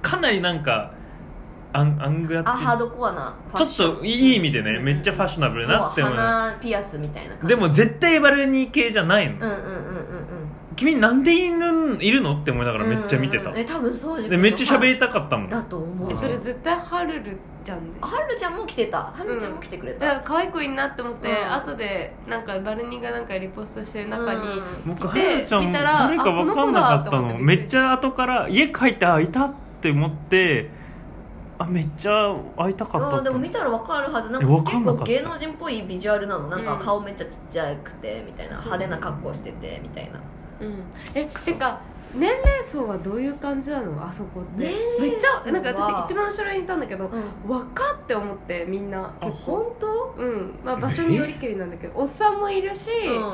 S3: かなりなんかアンアングラ
S1: んあハー
S3: って
S1: ドコアなファ
S3: ち
S1: ッ
S3: ょっ
S1: ション
S3: といい意味でね、めっちゃファッショナブルなって思う
S1: 鼻ピアスみたいな感じ
S3: でも絶対バルニー系じゃないの、
S1: うんうんうんうん
S3: 君なんでいるいるのって思いなが
S1: う
S3: ら
S1: ん
S3: めっちゃ見てた、
S1: うんうんうんえ多分宗樹
S3: で
S1: 君
S3: めっちゃ喋
S1: り
S3: りたかったもん
S1: だと思
S2: え
S1: う
S2: それ絶対ハルルじゃんで
S1: はるちゃんも来てたはるちゃんも来てくれ
S2: だか
S1: た、
S2: ら可愛い子いんなって思って、
S1: うん
S2: 後でなんかバルニーがなんかリポストしてる中に、
S1: うん
S3: 僕は
S2: 見て
S3: るちゃん
S2: 見たら
S3: 誰か分かんなかった
S2: あこの子だと思
S3: の
S2: って
S3: めっちゃ後から家帰ってあいたって思ってあめっちゃ会いたかった
S1: うん、
S3: って
S1: でも
S3: 思
S1: 見
S3: って
S1: たら分かるはずなん
S3: え
S1: か
S3: わか
S1: 結
S3: んなかっ
S1: 構
S3: た
S1: 芸能人っぽいビジュアルなのなん
S2: う
S1: か
S2: ん
S1: 顔めっちゃちっちゃくてみたいな派手な格好しててみたいな
S2: うん、えてか年齢層はどういう感じなのあそこって
S1: 年齢層は
S2: めっちゃなんか私一番後ろにいたんだけど
S1: うん
S2: 若って思ってみんな
S1: あ
S2: 結
S1: 本
S2: 構
S1: 当
S2: うんまあ場所によりけりなんだけどおっさんもいるし、
S1: うんうんう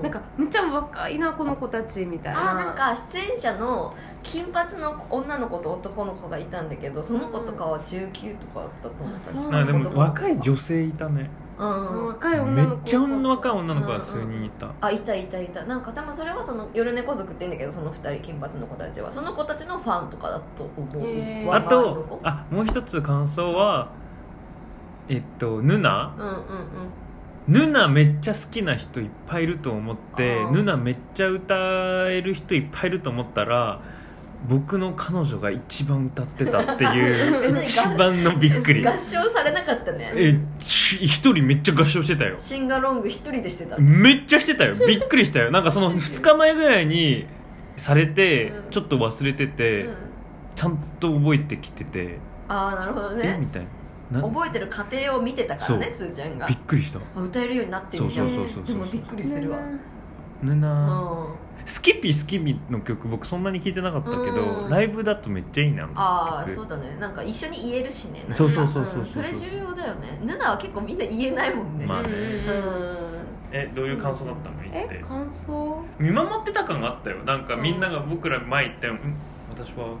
S1: ん
S2: なんかめっちゃ若いなこの子たちみたいな
S1: あーなんか出演者の金髪の女の子と男の子がいたんだけどその子とかは19とかだったと思う
S2: あそう
S3: あでも若い
S1: 性
S3: 女性いたね
S1: うんうん
S2: 若い女
S3: めっ
S2: の子
S3: ちゃ若い女の子が数人いた
S1: あいたいたいたなんか多分それはその夜猫族って言うんだけどその2人金髪の子たちはその子たちのファンとかだと思う、
S2: へー
S1: わ
S3: あ
S1: 周りの子
S3: とあもう一つ感想はえっとヌナ
S1: うんうんうん
S3: ヌナめっちゃ好きな人いっぱいいると思って
S1: あー
S3: ヌナめっちゃ歌える人いっぱいいると思ったら僕の彼女が一番歌ってたっていう
S1: 別
S3: 一
S1: に合
S3: 番のびっくり
S1: 合唱されなかったね
S3: えち一人めっちゃ合唱してたよ
S1: シンガロング一人でしてた
S3: めっちゃしてたよびっくりしたよなんかその2日前ぐらいにされて
S1: うん
S3: ちょっと忘れてて、
S1: うん
S3: ちゃんと覚えてきてて
S1: ああなるほど
S3: え
S1: ね
S3: みたいなな
S1: 覚えてる過程を見てたからねつーちゃんが
S3: びっくりした
S1: あ歌えるようになってるじゃん
S2: そうそう
S3: そうそう
S1: でもびっくりするわ
S3: ぬ
S1: う
S3: なー
S1: ん
S3: スキピスキミの曲僕そんなに聴いてなかったけど、
S1: うん
S3: ライブだとめっちゃいいな
S1: ああ
S3: 曲
S1: そうだねなんか一緒に言えるしねなんか
S3: そうそうそうそうそうん
S1: それ重要だよねヌナは結構みんな言えないもんね、
S3: まあね
S1: う
S2: うん
S1: ん
S3: えどういう感想だったの言っ
S2: え
S3: て
S2: 感想
S3: 見守ってた感があったよなんかみんなが僕ら前行って「うん私は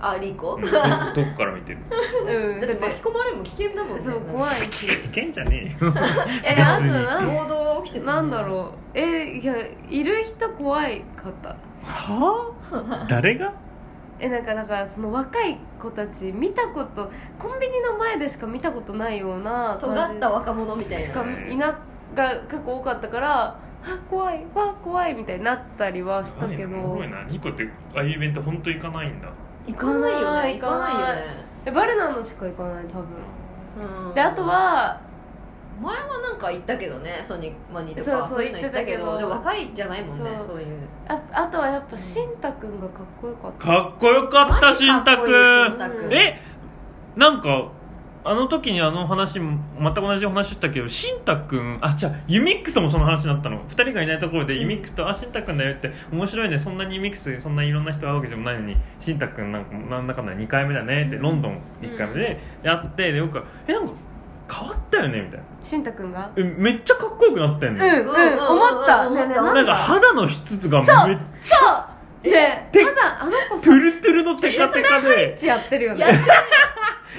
S1: あリコ、
S3: う
S1: うんん、
S3: ど
S1: だ
S3: ど こから見てるの?
S2: うん
S1: って巻き込まれるも危険だもんね
S2: そう怖い し」
S3: いけんじゃねえよ
S2: え
S3: 別に
S2: あとなん
S1: 行動起きてた
S2: なんだろうえいやいる人怖いかった
S3: はあ誰が
S2: えなんかだからその若い子たち見たことコンビニの前でしか見たことないような
S1: 尖った若者みたい
S2: し
S1: な
S2: か
S3: ね
S2: いなが結構多かったからあ怖いわ怖いみたいになったりはしたけ
S3: す
S2: ど
S3: ごいなニコってああいうイベント本当行かないんだ
S1: 行かないよね行
S2: 行
S1: か
S2: か
S1: な
S2: ないい
S1: よね
S2: えバレナのしか行かない多分
S1: うん
S2: であとは
S1: 前はなんか行ったけどねソニックマニとか
S2: そうそう
S1: いうの行ったけ
S2: 行ってたけ
S1: ど
S2: ど
S1: でも若いじゃないもんね
S2: そう
S1: そういう
S2: ああとはやっぱシンタくんがかっこよかった
S3: かっこよかったしんた
S1: マジかっ
S3: くん
S1: こいいしんたくん
S3: えなんかあの時にあの話も全く同じ話したけどしんたくんあじゃあユミックスともその話になったの2人がいないところで
S1: うん
S3: ユミックスと「あしんたくんだよ」って面白いねそんなにユミックスそんないろんな人会うわけでもないのにしんたくんなんかなんだかんだ2回目だねって
S1: うん
S3: ロンドン1回目でで会ってでよく「えなんか変わったよね」みたいな
S2: シンタくんが
S3: えめっちゃかっこよくなったよ
S2: うん
S3: ね、
S2: うん思ったねえねえ
S3: なんか肌の質がめっ
S2: そうね
S3: て
S2: えただあの子
S3: ト
S2: さ
S3: ゥルトゥルのテカテカで
S2: やってるよ
S1: やっ
S2: ね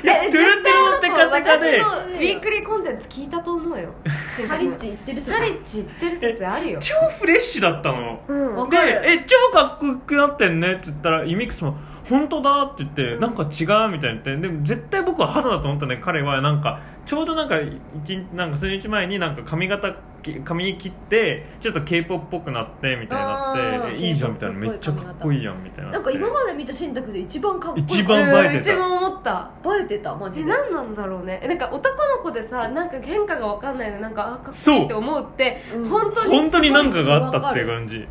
S3: いやトゥルトゥルのテカテカで
S1: 私の
S2: ウ
S1: ビ
S2: ィークリーコンテンツ聞いたと思うよシン
S1: ハ
S2: タ
S1: リ
S2: 君
S1: ッチ行ってる
S2: ハリッチ行ってる説あるよ
S3: 超フレッシュだったの
S2: うん
S1: わ
S3: で
S1: かる
S3: 「え超かっこよくなってんね」っつったらイミックスも「本当だ」って言って、
S2: うん
S3: なんか違うみたいに言ってでも絶対僕は肌だと思ったね彼はなんかちょうどなんか一日なんか数日前になんか髪型き髪切ってちょっと k p o p っぽくなってみたいにな
S1: あ
S3: っ
S1: ー
S3: てえいいじゃんみたいなめ
S1: K-POP
S3: っちゃかっこいいやんみたいな
S1: なんか今まで見た新宅で一番かっこいい
S3: 一番映えてた
S2: うんうちも思った
S1: 映えてたマジで
S2: 何なんだろうねえなんか男の子でさなんか変化が分かんないのなんかあかっこいいって思うって
S1: うん
S2: 本当に
S3: 本当になんかがあったっていう感じ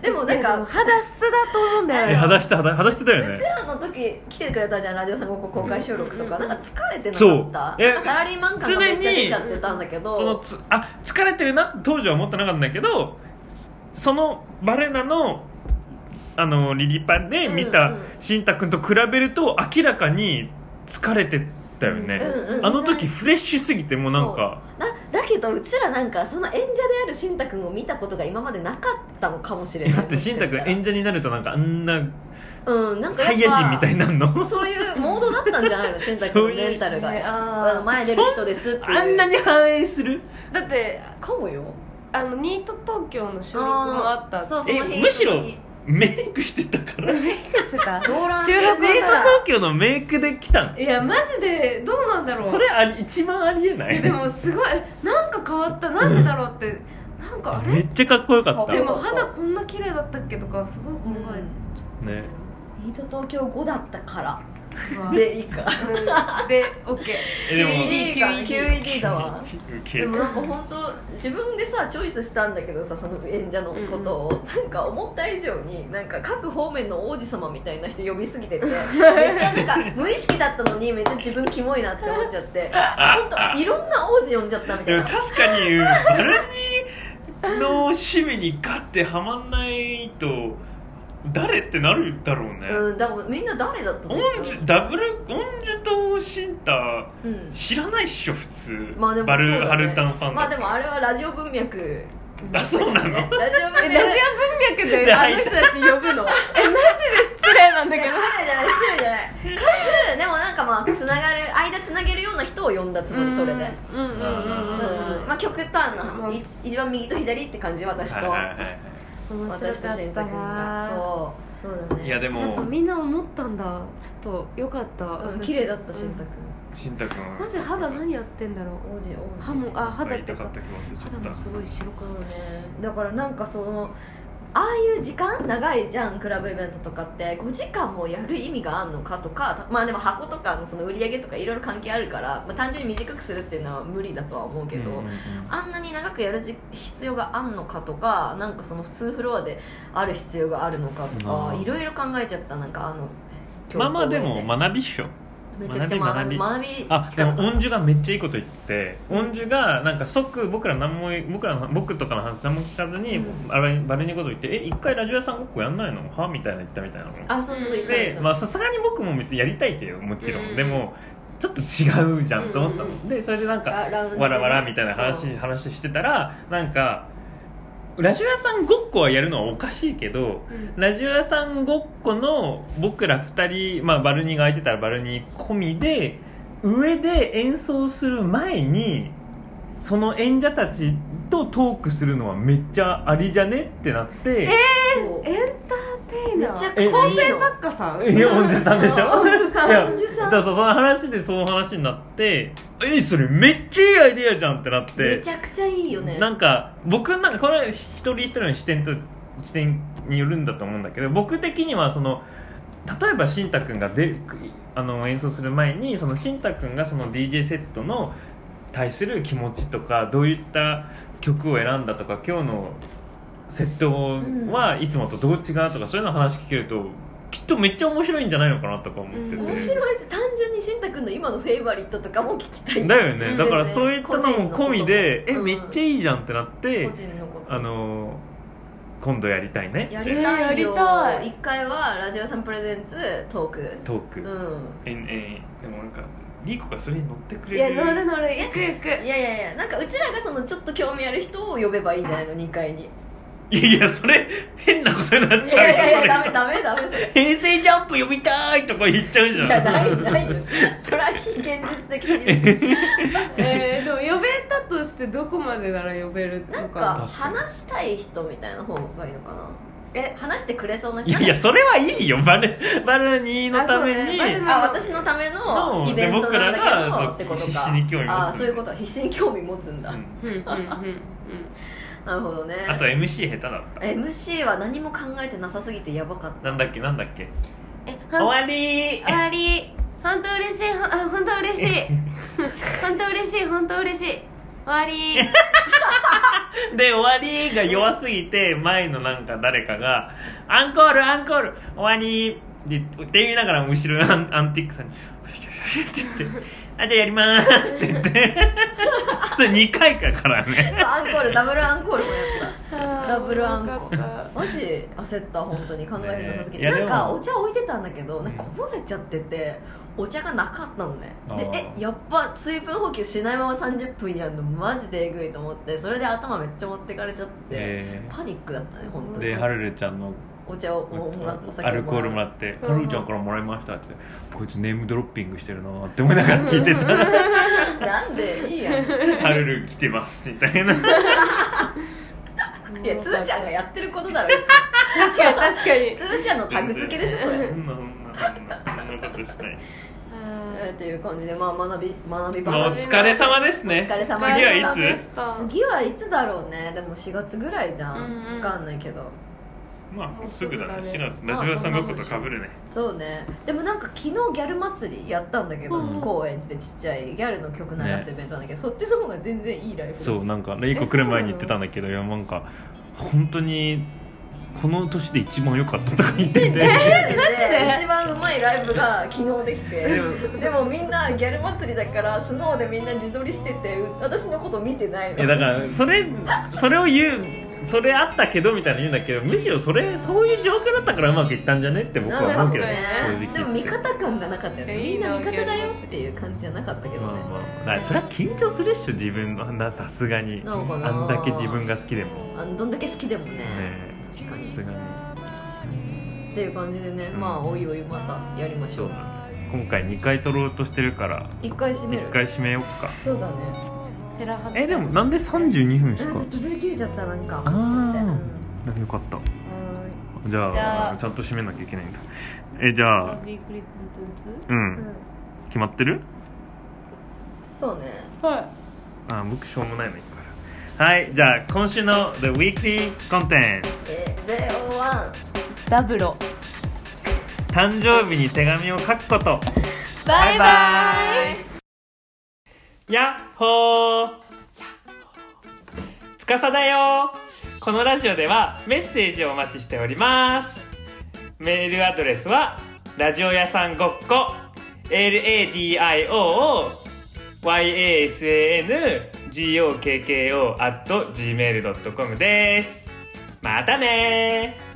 S1: でも
S2: な
S1: なんん
S2: か
S1: か
S2: 肌質だと思うんだよ
S3: え
S2: ね
S3: 肌質肌肌質だよ
S1: うち
S3: ね
S1: らの時来てくれたじゃんラジオさんごっこ公開収録とか、
S2: うんうんうん
S1: なんか疲れてな
S3: そう
S1: かった
S3: え
S1: なんかサラリーマン感がめっちゃ出ちゃってたんだけ
S3: その
S1: ど
S3: つあ疲れてるなって当時は思ってなかったんだけどそのバレナのあのリリパで見
S1: う
S3: た
S1: んうん
S3: しんたくんと比べると明らかに疲れてたよね、
S1: うんうん
S3: あの時フレッシュすぎてもうなんか
S1: なだけどうちらなんかその演者であるしんたくんを見たことが今までなかったのかもしれない
S3: だってしんたくん演者になるとなんかあんな
S1: うんなんか
S3: サイヤ人みたい
S1: な
S3: になるの
S1: そういうモードだったんじゃないのしんたくんのレンタルが、
S2: そういうねあー
S1: 前出る人ですっていう
S3: あんなに反映する
S2: だって
S1: かもよ
S2: あのニート東京の収録もあった
S1: そうその日
S3: えむしろメイクしてた からメイ
S2: びっくりしてた
S1: 動乱
S2: 収録
S3: ク東京のメイクで来たの
S2: いやマジでどうなんだろう
S3: それあり一番ありえない
S2: えでもすごいなんか変わったなんでだろうってなんかあ
S3: め
S2: れ
S3: っちゃかっこよかった
S2: でも肌こんな綺麗だったっけとかすごい考え
S3: ね
S1: ニート東京5だった から
S2: てた、うん、で
S1: でいいか
S2: オッケ
S3: えでも
S1: QED か QED だわ
S3: ウ
S1: で
S3: ケる
S1: もなんか本当自分でさチョイスしたんだけどさその演者のことを、なんか思った以上になんか各方面の王子様みたいな人呼びすぎててめっちゃなんか無意識だったのにめっちゃ自分キモいなって思っちゃって本当いろんな王子呼んじゃったみた
S3: で
S1: い
S3: も
S1: な
S3: 確かにバルニーの趣味にガッてはまんないと誰ってなるだろうね、
S1: うんだからみんな誰だったと
S3: オ
S1: 思
S3: ンジュダブルオンジュとシンタ
S1: うん
S3: 知らないっしょ普通、
S1: まあでも
S3: バ
S1: そうだ
S3: ル
S1: ね
S3: ハルタンファンだ
S1: まあでもあれはラジオ文脈
S3: あそうなの
S1: ラジオ文脈
S2: えラジオ文脈であの人たち呼ぶのえマジで失礼なんだ
S1: だ
S2: け
S1: け
S2: ど
S1: ど失礼じゃない失礼じゃない数でもなんかまあつながる間つなげるような人を呼んだつも りそれで
S2: うんうんう
S1: う
S2: ん
S3: うん
S2: うんうん
S1: まあ極端な、
S2: うん
S1: い一番右と左って感じ私
S3: はい
S1: と、
S3: はいはいは
S2: 面白
S1: 私と
S2: かっ
S1: 慎太
S2: た
S1: 君が
S2: な
S1: そうそうだね
S3: いいやで
S2: やっぱ
S3: も
S2: みんな思ったんだちょっとよかった、
S1: うん綺麗だった慎太
S3: シンタ君
S2: マジ肌何やってんだろう
S1: 君王子王子
S2: 歯もあ肌って
S3: 痛
S2: いう
S3: かっ
S2: か
S3: た気もするち
S2: 肌
S3: ょ
S2: も
S3: っと
S2: すごい白か
S1: そう
S2: ったし
S1: ねだからなんかそのああいう時間長いじゃんクラブイベントとかって5時間もやる意味があるのかとかまあでも箱とかのその売り上げとかいろいろ関係あるから、まあ、単純に短くするっていうのは無理だとは思うけど、
S3: うんうんうん
S1: あんなに長くやるじ必要があんのかとかなんかその普通フロアである必要があるのかとか
S3: うん
S1: いろいろ考えちゃったなんかあの
S3: まあまあでも
S1: 今日
S3: 学びっしょ
S1: めちゃくちゃ学び学び
S3: あ
S1: し
S3: で
S1: かっ
S3: も
S1: た
S3: 音樹がめっちゃいいこと言って音樹がなんか即僕ら何も僕らの僕とかの話何も聞かずに、
S1: うん
S3: あれバレにこと言って「え一回ラジオ屋さんごっこやんないのは?」みたいな言ったみたいなの
S1: あそうそうそう言った言っ
S3: で
S1: た
S3: まあさすがに僕も別にやりたいけどもちろん、
S1: うん
S3: でもちょっと違うじゃんと思ったの、
S2: うんうん
S3: でそれでなんか
S1: ララウンジでね
S3: わらわらみたいな
S1: そう
S3: 話話してたらなんかラジオ屋さんごっこはやるのはおかしいけどラジオ屋さんごっこの僕ら2人、まあ、バルニーが空いてたらバルニー込みで上で演奏する前にその演者たちとトークするのはめっちゃありじゃねってなって
S1: そう
S2: エンターテイナー
S1: めちゃく
S3: ちゃいいの
S2: 構成作家さん
S3: いや、おんじゅさんでしょ
S1: おんじゅさん
S3: いや
S1: おんじゅさん
S3: だからそうその話でその話になって、え、それめっちゃいいアイディアじゃんってなっ
S1: め
S3: て
S1: ち、ゃくちゃいいよね
S3: なんか、僕なんか、これ一人一人の視点と、視点によるんだと思うんだけど、僕的にはその、例えばしんたくんが出あの演奏する前にそのしんたくんがその DJ セットの対する気持ちとかどういった曲を選んだとか今日のセットはいつもとどう違うとか、そういうの話聞けるときっとめっちゃ面白いんじゃないのかなとか思ってて、
S2: うん
S1: 面白いし単純にしんたくんの今のフェイバリットとかも聞きたい
S3: だよ
S2: う
S3: ね
S2: ん
S3: だからそういったのも込みで、
S1: 個人のことも
S3: えめっちゃいいじゃんってなって、
S1: 個人のこと
S3: あの今度やりたいね
S1: やりたいよ、
S2: えーやりたい
S1: 1回はラジオさんプレゼンツトーク
S3: トーク、
S1: うん
S3: えんえんでもなんかリーコがそれに乗ってく
S2: い
S3: れ
S2: や
S3: る
S2: 乗る乗る行く行
S1: い
S2: く
S1: やいやいやなんかうちらがそのちょっと興味ある人を呼べばいいんじゃないの2階に
S3: いやいやそれ変なことになっ
S1: い
S3: ちゃう
S1: や
S3: よ
S1: いやい
S3: それ
S1: やダメダメダメそれ
S3: 平成ジャンプ呼びたいとか言っちゃうじゃん
S1: いやないないよそれは非現実的すぎ る
S2: えー、でも呼べたとしてどこまでなら呼べるの
S1: なんか話したい人みたいな方がいいのかなえ話してくれそうな人
S3: いやいやそれはいいよバルバルニーのため
S2: あそう
S3: に、
S2: ねバルニー
S1: あ私のため
S3: の
S1: のイベントなん
S3: で
S1: だ
S3: 僕
S1: け
S3: ら
S1: ど
S3: が
S1: ってことか
S3: 必死に興味持つ
S1: あそういうこと必死に興味持つんだ、
S3: うん
S2: うんうんうんうん
S1: なるほどね
S3: あと MC 下手だっ
S1: MC は何も考えてなさすぎてやばかった
S3: たなんだっけなんだっけ
S2: え
S3: 終
S2: は
S3: わりー
S2: 終わり本当嬉しいほんあ本当嬉しい本当嬉しい本当嬉しい終わり
S3: で終わりが弱すぎて前のなんか誰かが「アンコールアンコール終わり!」って言いながら後ろのアンアンティックさんに「よしよしよし」って言って「あじゃあやりまーす」って言って それ2回かからね
S1: そうアンコールダブルアンコールもやったダブルアンコ
S2: よかっ
S1: マジ焦った本当に考えてなさすぎて、
S3: ねえいや
S1: なんか
S3: でも
S1: お茶置いてたんだけど
S3: ん
S1: なんかこぼれちゃっててお茶がなかったのね
S3: あー
S1: でえやっぱ水分補給しないまま30分やるのマジでえぐいと思ってそれで頭めっちゃ持ってかれちゃって、
S3: え
S1: パニックだったね本当
S3: ー
S1: に
S3: ではるるちゃんの
S1: お茶をもうもらってお酒を
S3: アルコールもら
S1: て
S3: って「
S2: うん
S3: はるるちゃんからもらいました」って「こいつネームドロッピングしてるな」って思いながら聞いてたら
S1: なんでいい やんい
S3: 「はるる来てます」みたいな
S2: た
S1: やつーちゃんがやってる ことだろ
S2: 確かに確かに
S1: つーちゃんのタグ付けでしょそれ
S3: そんなそんなそんなそんなことしない
S1: えーっていう感じでまあ学び学び
S3: まあお
S1: 話
S3: 疲れ様ですね
S1: お疲れ様
S3: 次はいつ
S2: つ
S1: 次はいつだろうねでも4月ぐらいじゃん、
S2: うんう
S1: 分
S2: ん
S1: かんないけど
S3: まあもうすぐだね
S2: もうすぐ
S3: 4
S2: だね
S3: 月ラジオ屋さんごっことかぶるね
S1: そうねでもなんか昨日ギャル祭りやったんだけど、
S2: うん
S1: 高円寺でちっちゃいギャルの曲流すイベントなんだけど、そっちの方が全然いいライブ
S3: そうなんかレイコ来る前に言ってたんだけどいやなんか本当にこの年で一番良かったとか 言ってて
S1: で一番うまいライブが昨日できてでもみんなギャル祭りだからスノーでみんな自撮りしてて私のこと見てない
S3: い
S1: の
S3: やだからそれそれを言うそれあったけどみたいな言うんだけどむしろそれそういう状況だったからうまくいったんじゃねって僕は思うけどね
S1: なん
S3: 正
S1: かねで
S3: 直言
S1: も
S3: って
S1: 味方感がなかったよねみんな味方だよっていう感じじゃなかったけど
S3: まあ
S1: ね
S3: まあまあそれは緊張するっしょ自分のなさすがに
S1: なのかな
S3: あんだけ自分が好きでも
S1: あのどんだけ好きでもね
S3: ね
S1: 確か
S3: さ
S1: に
S3: すがに
S1: 確かにっていう感じでね、
S3: うん
S1: まあおいおいまたやりましょ
S3: そう
S1: う
S3: だね今回2回取ろうとしてるから
S1: 一回締める
S3: 1回締めよっか
S1: そうだね
S2: テラハ
S3: えでもなんで32分し
S1: なん
S3: か
S1: か途中で切れちゃったなんか
S3: あー
S1: ちょっと待って
S3: よかった
S2: は
S3: じゃあ
S2: じゃあ
S3: ちゃんと締めなきゃいけないんだえじゃあ
S2: ーいウィークリーコンテン
S3: う
S1: うん
S3: ん決まってる
S1: うんそうね
S2: ツは
S3: あ僕しょうもないのいっぱいあるはいじゃあ今週の The Weekly Content
S1: えー、
S2: いダブロ
S3: 誕生日に手紙を書くこと
S1: 01バイバイ
S3: やっほーつかさだよこのラジオではメッセージをお待ちしておりますメールアドレスはラジオ屋さんごっこ LADIOOYASANGOKKO at gmail.com ですまたねー